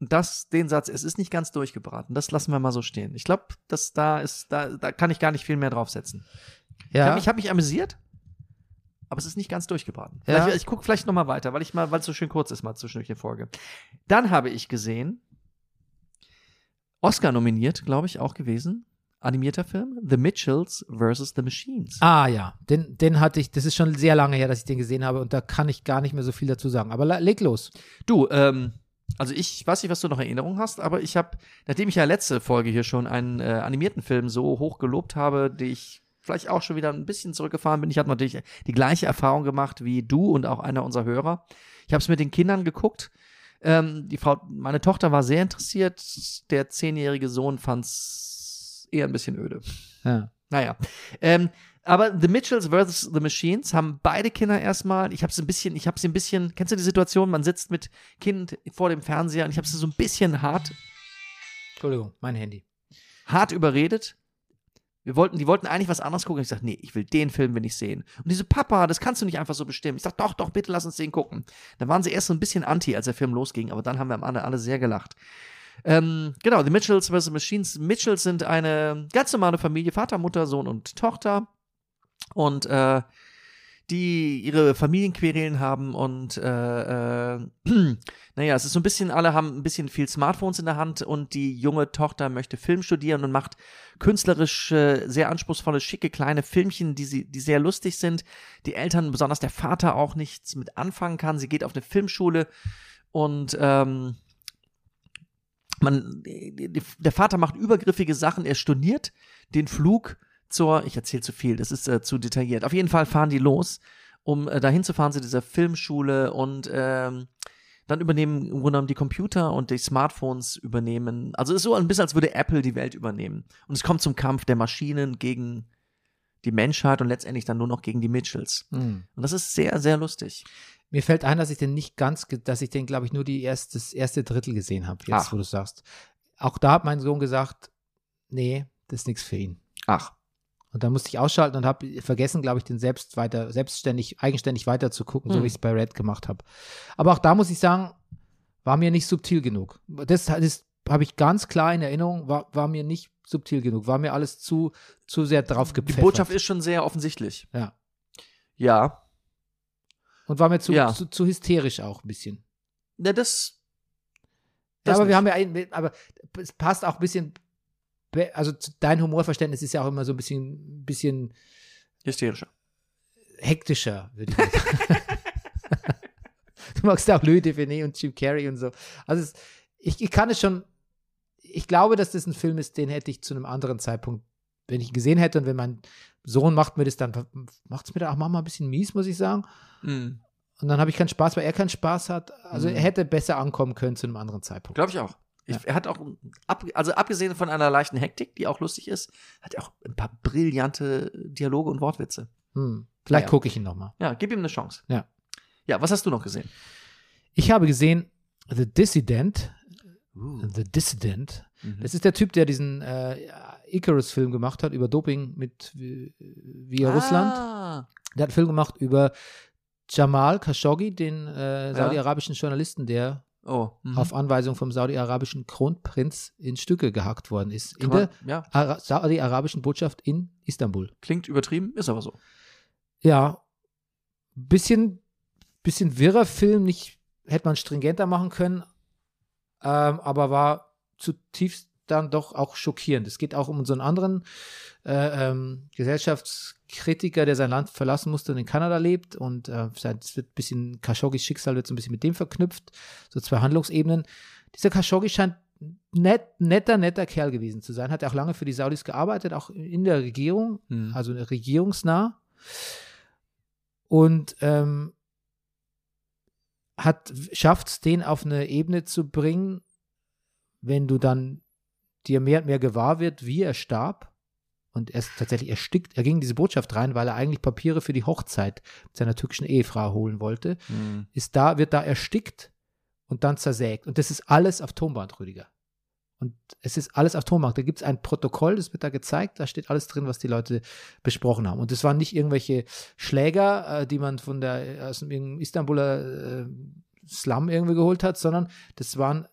S2: Das, den Satz, es ist nicht ganz durchgebraten, das lassen wir mal so stehen. Ich glaube, dass da ist, da, da kann ich gar nicht viel mehr draufsetzen. Ich
S1: Ja.
S2: habe mich, hab mich amüsiert, aber es ist nicht ganz durchgebraten.
S1: Ja.
S2: Vielleicht, ich gucke vielleicht noch mal weiter, weil ich mal, weil es so schön kurz ist, mal zwischendurch die Folge. Dann habe ich gesehen, Oscar nominiert, glaube ich, auch gewesen, animierter Film, The Mitchells vs. The Machines.
S1: ah ja, den, den hatte ich, das ist schon sehr lange her, dass ich den gesehen habe und da kann ich gar nicht mehr so viel dazu sagen. Aber la- leg los.
S2: Du, ähm, also ich weiß nicht, was du noch in Erinnerung hast, aber ich habe, nachdem ich ja letzte Folge hier schon einen äh, animierten Film so hoch gelobt habe, die ich vielleicht auch schon wieder ein bisschen zurückgefahren bin. Ich habe natürlich die gleiche Erfahrung gemacht wie du und auch einer unserer Hörer. Ich habe es mit den Kindern geguckt. Ähm, die Frau, meine Tochter war sehr interessiert. Der zehnjährige Sohn fand es eher ein bisschen öde.
S1: Ja.
S2: Naja. Ähm, aber The Mitchells versus The Machines haben beide Kinder erstmal. Ich habe sie ein bisschen, ich habe sie ein bisschen. Kennst du die Situation? Man sitzt mit Kind vor dem Fernseher und ich habe sie so ein bisschen hart,
S1: Entschuldigung, mein Handy.
S2: hart überredet. Wir wollten, die wollten eigentlich was anderes gucken. Ich sage, nee, ich will den Film will ich sehen. Und diese Papa, das kannst du nicht einfach so bestimmen. Ich sage, doch, doch, bitte lass uns den gucken. Da waren sie erst so ein bisschen anti, als der Film losging, aber dann haben wir am Ende alle sehr gelacht. Ähm, genau, The Mitchells vs. Machines. Mitchells sind eine ganz normale Familie, Vater, Mutter, Sohn und Tochter. Und äh, die ihre Familienquerelen haben und äh, <clears throat> äh, naja, es ist so ein bisschen, alle haben ein bisschen viel Smartphones in der Hand und die junge Tochter möchte Film studieren und macht künstlerisch äh, sehr anspruchsvolle, schicke kleine Filmchen, die sie, die sehr lustig sind. Die Eltern, besonders der Vater, auch nichts mit anfangen kann. Sie geht auf eine Filmschule und ähm, man, die- die- der Vater macht übergriffige Sachen, er storniert den Flug zur, ich erzähle zu viel, das ist äh, zu detailliert. Auf jeden Fall fahren die los, um äh, dahin zu fahren zu dieser Filmschule und ähm, dann übernehmen im Grunde genommen die Computer und die Smartphones übernehmen. Also es ist so ein bisschen, als würde Apple die Welt übernehmen. Und es kommt zum Kampf der Maschinen gegen die Menschheit und letztendlich dann nur noch gegen die Mitchells.
S1: Hm.
S2: Und das ist sehr, sehr lustig.
S1: Mir fällt ein, dass ich den nicht ganz, ge- dass ich den, glaube ich, nur die erst, das erste Drittel gesehen habe, jetzt,
S2: Ach.
S1: wo du sagst. Auch da hat mein Sohn gesagt, nee, das ist nichts für ihn.
S2: Ach.
S1: Und dann musste ich ausschalten und habe vergessen, glaube ich, den selbst weiter, selbstständig, eigenständig weiter zu gucken, so
S2: Hm.
S1: wie ich es bei Red gemacht habe. Aber auch da muss ich sagen, war mir nicht subtil genug. Das, das habe ich ganz klar in Erinnerung, war, war mir nicht subtil genug, war mir alles zu, zu sehr drauf
S2: Die
S1: gepfeffert.
S2: Botschaft ist schon sehr offensichtlich.
S1: Ja.
S2: Ja.
S1: Und war mir zu,
S2: Ja.
S1: zu, zu hysterisch auch ein bisschen.
S2: Na, das.
S1: Ja,
S2: das
S1: aber wir
S2: nicht.
S1: haben ja ein, aber es passt auch ein bisschen, be- also zu- dein Humorverständnis ist ja auch immer so ein bisschen, bisschen
S2: Hysterischer.
S1: hektischer, würde
S2: <laughs>
S1: ich mal sagen. du magst auch Louis Define und Jim Carrey und so. Also es, ich, ich kann es schon, ich glaube, dass das ein Film ist, den hätte ich zu einem anderen Zeitpunkt, wenn ich ihn gesehen hätte und wenn mein Sohn macht mir das dann, macht es mir dann auch manchmal ein bisschen mies, muss ich sagen.
S2: Mhm.
S1: Und dann habe ich keinen Spaß, weil er keinen Spaß hat. Also
S2: Mhm.
S1: er hätte besser ankommen können zu einem anderen Zeitpunkt.
S2: Glaube ich auch. Ich, Er hat auch, ab, also abgesehen von einer leichten Hektik, die auch lustig ist, hat er auch ein paar brillante Dialoge und Wortwitze.
S1: Hm. Vielleicht
S2: Ja.
S1: gucke ich ihn nochmal.
S2: Ja, gib ihm eine Chance.
S1: Ja.
S2: Ja, was hast du noch gesehen?
S1: Ich habe gesehen, The Dissident. The Dissident.
S2: Mhm.
S1: Das Hm. ist der Typ, der diesen äh, Icarus-Film gemacht hat über Doping mit äh, via Russland.
S2: Ah.
S1: Der hat einen Film gemacht über Jamal Khashoggi, den äh, saudi-arabischen Journalisten, der
S2: Oh. mhm.
S1: auf Anweisung vom saudi-arabischen Kronprinz in Stücke gehackt worden ist. In
S2: Kann
S1: der
S2: man, ja,
S1: Ara saudi-arabischen Botschaft in Istanbul.
S2: klingt übertrieben, ist aber so.
S1: Ja, bisschen, bisschen wirrer Film, nicht, hätte man stringenter machen können, ähm, aber war zutiefst dann doch auch schockierend. Es geht auch um so einen anderen äh, ähm, Gesellschaftskritiker, der sein Land verlassen musste und in Kanada lebt und äh, sein, es wird ein bisschen, Khashoggis Schicksal wird so ein bisschen mit dem verknüpft, so zwei Handlungsebenen. Dieser Khashoggi scheint nett, netter, netter Kerl gewesen zu sein, hat ja auch lange für die Saudis gearbeitet, auch in der Regierung,
S2: Mhm.
S1: also regierungsnah. Und ähm, hat schafft es, den auf eine Ebene zu bringen, wenn du dann dir mehr und mehr gewahr wird, wie er starb. Und er ist tatsächlich erstickt. Er ging in diese Botschaft rein, weil er eigentlich Papiere für die Hochzeit mit seiner türkischen Ehefrau holen wollte.
S2: Mhm.
S1: Ist da, wird da erstickt und dann zersägt. Und das ist alles auf Tonband, Rüdiger. Und es ist alles auf Tonband. Da gibt es ein Protokoll, das wird da gezeigt. Da steht alles drin, was die Leute besprochen haben. Und das waren nicht irgendwelche Schläger, äh, die man von der, aus dem Istanbuler äh, Slum irgendwie geholt hat, sondern das waren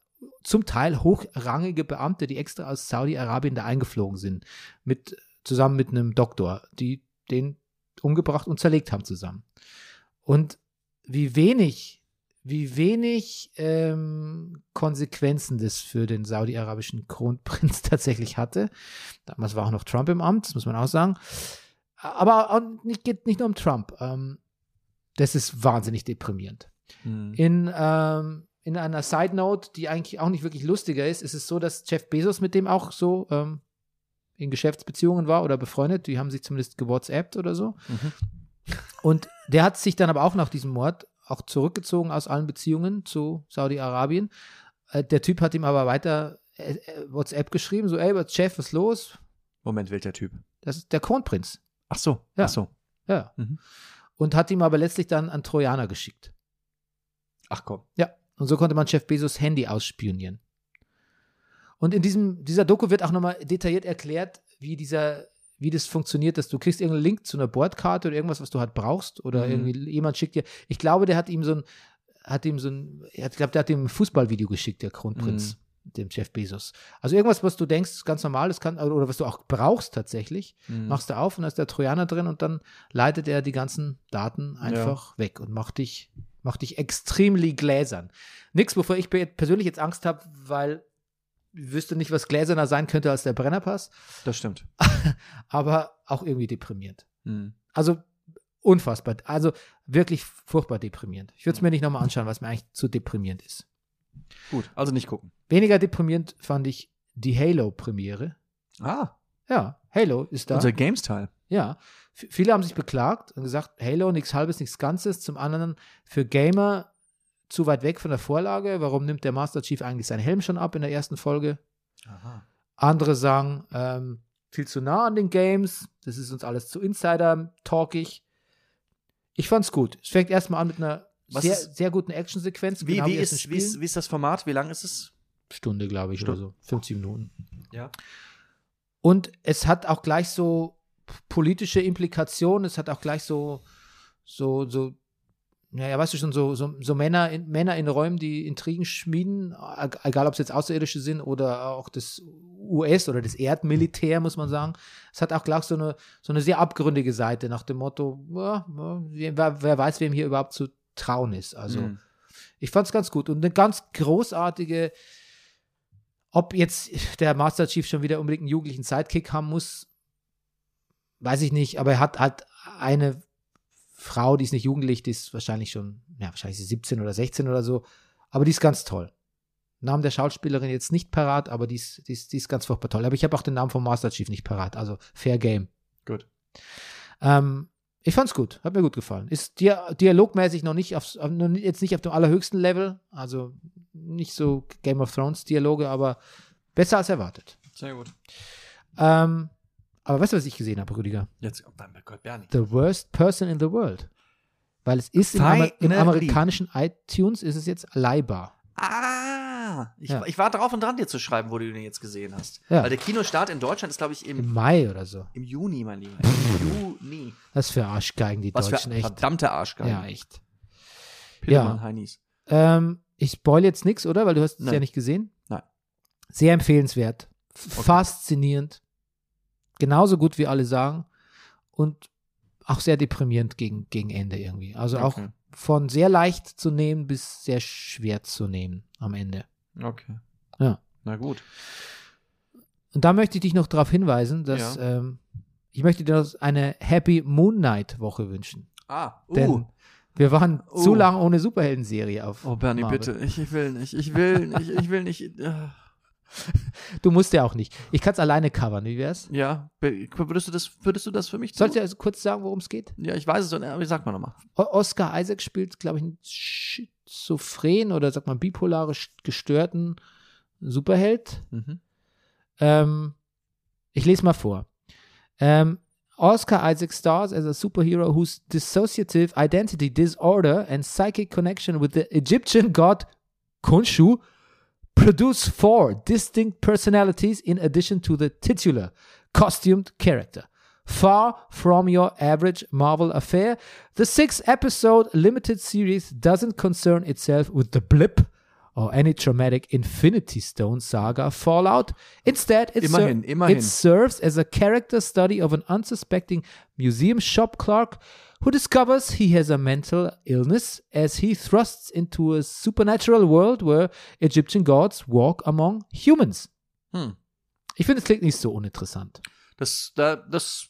S1: zum Teil hochrangige Beamte, die extra aus Saudi-Arabien da eingeflogen sind, mit, zusammen mit einem Doktor, die den umgebracht und zerlegt haben zusammen. Und wie wenig, wie wenig ähm, Konsequenzen das für den saudi-arabischen Kronprinz <laughs> tatsächlich hatte. Damals war auch noch Trump im Amt, das muss man auch sagen. Aber auch nicht, geht nicht nur um Trump. Ähm, das ist wahnsinnig deprimierend.
S2: Mhm.
S1: In, ähm, in einer Side Note, die eigentlich auch nicht wirklich lustiger ist, ist es so, dass Jeff Bezos mit dem auch so ähm, in Geschäftsbeziehungen war oder befreundet. Die haben sich zumindest gewhatsappt oder so.
S2: Mhm.
S1: Und der hat sich dann aber auch nach diesem Mord auch zurückgezogen aus allen Beziehungen zu Saudi-Arabien. Äh, der Typ hat ihm aber weiter äh, äh, WhatsApp geschrieben, so, ey, was- Jeff, was los?
S2: Moment, welcher Typ?
S1: Das ist der Kronprinz.
S2: Ach so,
S1: Ja.
S2: ach so.
S1: Ja.
S2: Mhm.
S1: Und hat ihm aber letztlich dann einen Trojaner geschickt.
S2: Ach komm.
S1: Ja, und so konnte man Jeff Bezos Handy ausspionieren. Und in diesem, dieser Doku wird auch nochmal detailliert erklärt, wie dieser, wie das funktioniert, dass du kriegst irgendeinen Link zu einer Bordkarte oder irgendwas, was du halt brauchst, oder
S2: Mhm.
S1: irgendwie jemand schickt dir, ich glaube, der hat ihm so ein, hat ihm so ein, ich glaube, der hat ihm ein Fußballvideo geschickt, der Kronprinz, dem Jeff Bezos. Also irgendwas, was du denkst, ganz normal, das kann, oder was du auch brauchst tatsächlich,
S2: Mhm. Hm.
S1: machst du auf und da ist der Trojaner drin und dann leitet er die ganzen Daten einfach weg und macht dich, macht dich extremely gläsern. Nix, wovor ich pe- persönlich jetzt Angst habe, weil ich wüsste nicht, was gläserner sein könnte als der Brennerpass,
S2: Das stimmt.
S1: aber auch irgendwie deprimierend.
S2: Mhm.
S1: Also unfassbar, also wirklich furchtbar deprimierend. Ich würde es mir nicht nochmal anschauen, was mir eigentlich zu deprimierend ist.
S2: Gut, also nicht gucken.
S1: Weniger deprimierend fand ich die Halo-Premiere.
S2: Ah,
S1: Ja, Halo ist da.
S2: unser Games-Teil.
S1: Ja, F viele haben sich beklagt und gesagt, Halo nichts halbes, nichts Ganzes. Zum anderen für Gamer zu weit weg von der Vorlage. Warum nimmt der Master Chief eigentlich seinen Helm schon ab in der ersten Folge?
S2: Aha.
S1: Andere sagen, ähm, viel zu nah an den Games. Das ist uns alles zu Insider-talkig. Ich fand's gut. Es fängt erstmal an mit einer
S2: Was
S1: sehr,
S2: ist-
S1: sehr guten Actionsequenz.
S2: Wie,
S1: genau
S2: wie,
S1: ersten
S2: ist, wie,
S1: Spielen.
S2: ist, wie ist das Format? Wie lang ist es?
S1: Stunde, glaube ich,
S2: Stunde.
S1: oder so. 50 Minuten.
S2: Ja.
S1: Und es hat auch gleich so politische Implikationen, es hat auch gleich so, so, so, naja, weißt du schon, so, so, so Männer, in, Männer in Räumen, die Intrigen schmieden, e- egal ob es jetzt Außerirdische sind oder auch das US oder das Erdmilitär, muss man sagen. Es hat auch gleich so eine, so eine sehr abgründige Seite nach dem Motto, ja, ja, wer, wer weiß, wem hier überhaupt zu trauen ist. Also,
S2: Also,
S1: ich fand's ganz gut und eine ganz großartige, ob jetzt der Master Chief schon wieder unbedingt einen jugendlichen Sidekick haben muss, weiß ich nicht, aber er hat halt eine Frau, die ist nicht jugendlich, die ist wahrscheinlich schon, ja, wahrscheinlich ist sie 17 oder 16 oder so, aber die ist ganz toll. Namen der Schauspielerin jetzt nicht parat, aber die ist, die ist, die ist ganz furchtbar toll. Aber ich habe auch den Namen vom Master Chief nicht parat, also Fair Game.
S2: Gut.
S1: Ähm, ich fand's gut, hat mir gut gefallen. Ist dia dialogmäßig noch nicht aufs, auf, noch nicht- jetzt nicht auf dem allerhöchsten Level, also nicht so Game of Thrones Dialoge, aber besser als erwartet.
S2: Sehr gut.
S1: Ähm, aber weißt du, was ich gesehen habe, Rüdiger?
S2: Jetzt, oh mein Gott, Bernie.
S1: The worst person in the world. Weil es ist im, Amer im
S2: Finally.
S1: amerikanischen iTunes ist es jetzt leihbar.
S2: Ah! Ich,
S1: Ja.
S2: ich war drauf und dran, dir zu schreiben, wo du den jetzt gesehen hast.
S1: Ja.
S2: Weil der Kinostart in Deutschland ist, glaube ich, im,
S1: Im Mai oder so.
S2: im Juni,
S1: <laughs>
S2: mein Lieber. Im Juni.
S1: Das für Arschgeigen, die
S2: Was für
S1: Deutschen, echt.
S2: verdammte Arschgeil.
S1: Ja, echt.
S2: Pillemann,
S1: Ja.
S2: Heinis.
S1: Ähm, Ich spoil jetzt nichts, oder? Weil du hast es
S2: Nein.
S1: ja nicht gesehen.
S2: Nein.
S1: Sehr empfehlenswert. F-
S2: Okay.
S1: Faszinierend. Genauso gut wie alle sagen. Und auch sehr deprimierend gegen, gegen Ende irgendwie. Also
S2: Okay.
S1: auch von sehr leicht zu nehmen bis sehr schwer zu nehmen am Ende.
S2: Okay.
S1: Ja.
S2: Na gut.
S1: Und da möchte ich dich noch darauf hinweisen, dass ähm, ich möchte dir noch eine Happy Moon Knight Woche wünschen.
S2: Ah, uh.
S1: Denn wir waren zu
S2: Uh.
S1: lange ohne Superhelden-Serie auf.
S2: oh, Bernie,
S1: Marvel.
S2: bitte. Ich, ich will nicht. Ich will nicht. Ich will nicht. äh.
S1: Du musst ja auch nicht. Ich kann es alleine covern, wie wär's?
S2: Ja, Be- würdest du das, würdest du das für mich tun?
S1: Sollte ich also kurz sagen, worum es geht?
S2: Ja, ich weiß es, äh, aber sag mal nochmal.
S1: O Oscar Isaac spielt, glaube ich, einen schizophren oder sagt man bipolar gestörten Superheld.
S2: Mhm.
S1: Ähm, ich lese mal vor. Ähm, Oscar Isaac stars as a superhero whose dissociative identity disorder and psychic connection with the Egyptian god Khonshu produce four distinct personalities in addition to the titular costumed character. Far from your average Marvel affair, the six episode limited series doesn't concern itself with the blip or any traumatic Infinity Stone saga fallout. Instead, it, ser-
S2: Immerhin, immerhin.
S1: it serves as a character study of an unsuspecting museum shop clerk who discovers he has a mental illness as he thrusts into a supernatural world where Egyptian gods walk among humans.
S2: Hm.
S1: Ich finde, es klingt nicht so uninteressant.
S2: Das, da, das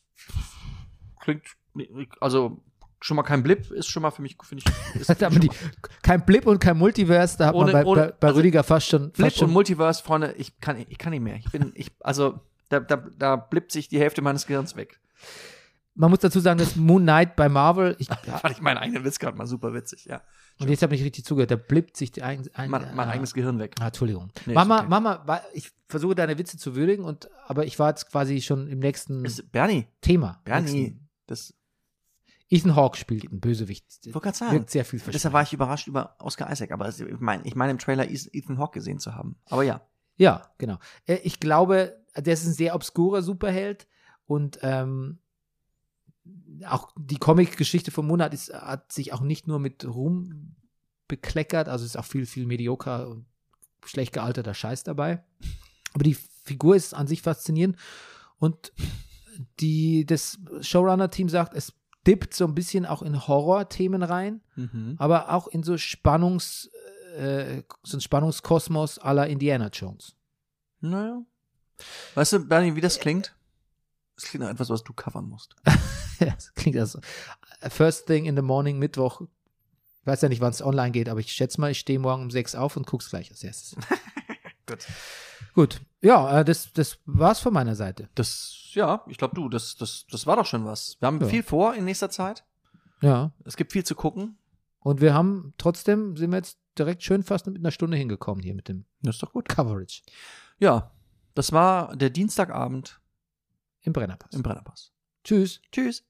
S2: klingt, also schon mal kein Blip, ist schon mal für mich, finde ich. Ist
S1: Das hat <laughs> aber die,
S2: schon mal-
S1: kein Blip und kein Multiverse, da hat
S2: Ohne-
S1: man bei,
S2: ohne-
S1: bei, bei
S2: also
S1: Rüdiger fast schon. Fast
S2: Blip und
S1: schon
S2: Multiverse, Freunde, ich kann, ich kann nicht mehr. Ich bin, ich, also, da, da, da blippt sich die Hälfte meines Gehirns weg.
S1: man muss dazu sagen, dass Moon Knight bei Marvel, ich,
S2: Da fand ich meinen eigenen Witz gerade mal super witzig, ja.
S1: und jetzt habe ich nicht richtig zugehört, da blippt sich die ein, ein,
S2: Mein, mein
S1: ah.
S2: eigenes Gehirn weg.
S1: Ah, Entschuldigung.
S2: Nee, ist
S1: Mama,
S2: okay.
S1: Mama, wa- ich versuche deine Witze zu würdigen, und, aber ich war jetzt quasi schon im nächsten
S2: Ist, Bernie,
S1: Thema.
S2: Bernie,
S1: Nächsten.
S2: das,
S1: Ethan Hawke spielt einen Bösewicht.
S2: ich wollte gerade sagen,
S1: Wirkt sehr viel
S2: deshalb war ich überrascht über Oscar Isaac, aber es- ich meine, ich meine im Trailer Ethan Hawke gesehen zu haben. Aber ja.
S1: Ja, genau. Äh, Ich glaube, der ist ein sehr obskurer Superheld und ähm, auch die Comic-Geschichte von Monat ist, hat sich auch nicht nur mit Ruhm bekleckert, also ist auch viel, viel medioker und schlecht gealterter Scheiß dabei. Aber die Figur ist an sich faszinierend und die, das Showrunner-Team sagt, es dippt so ein bisschen auch in Horror-Themen rein
S2: Mhm.
S1: aber auch in so Spannungs, äh, so ein Spannungskosmos aller Indiana Jones.
S2: Naja. Weißt du, Bernie, wie das klingt? Das klingt nach etwas, was du covern musst.
S1: <laughs> das klingt also. First thing in the morning, Mittwoch. Ich weiß ja nicht, wann es online geht, aber ich schätze mal, ich stehe morgen um sechs auf und guck's gleich als erstes.
S2: <laughs> Gut.
S1: Gut. Ja, äh, das, das war's von meiner Seite.
S2: Das, ja, ich glaube du, das, das, das war doch schon was. Wir haben
S1: Ja.
S2: viel vor in nächster Zeit.
S1: Ja.
S2: Es gibt viel zu gucken.
S1: Und wir haben trotzdem, sind wir jetzt direkt schön fast mit einer Stunde hingekommen hier mit dem
S2: Das ist doch gut.
S1: Coverage
S2: Ja, das war der Dienstagabend
S1: im Brennerpass.
S2: im Brennerpass.
S1: Tschüss.
S2: Tschüss.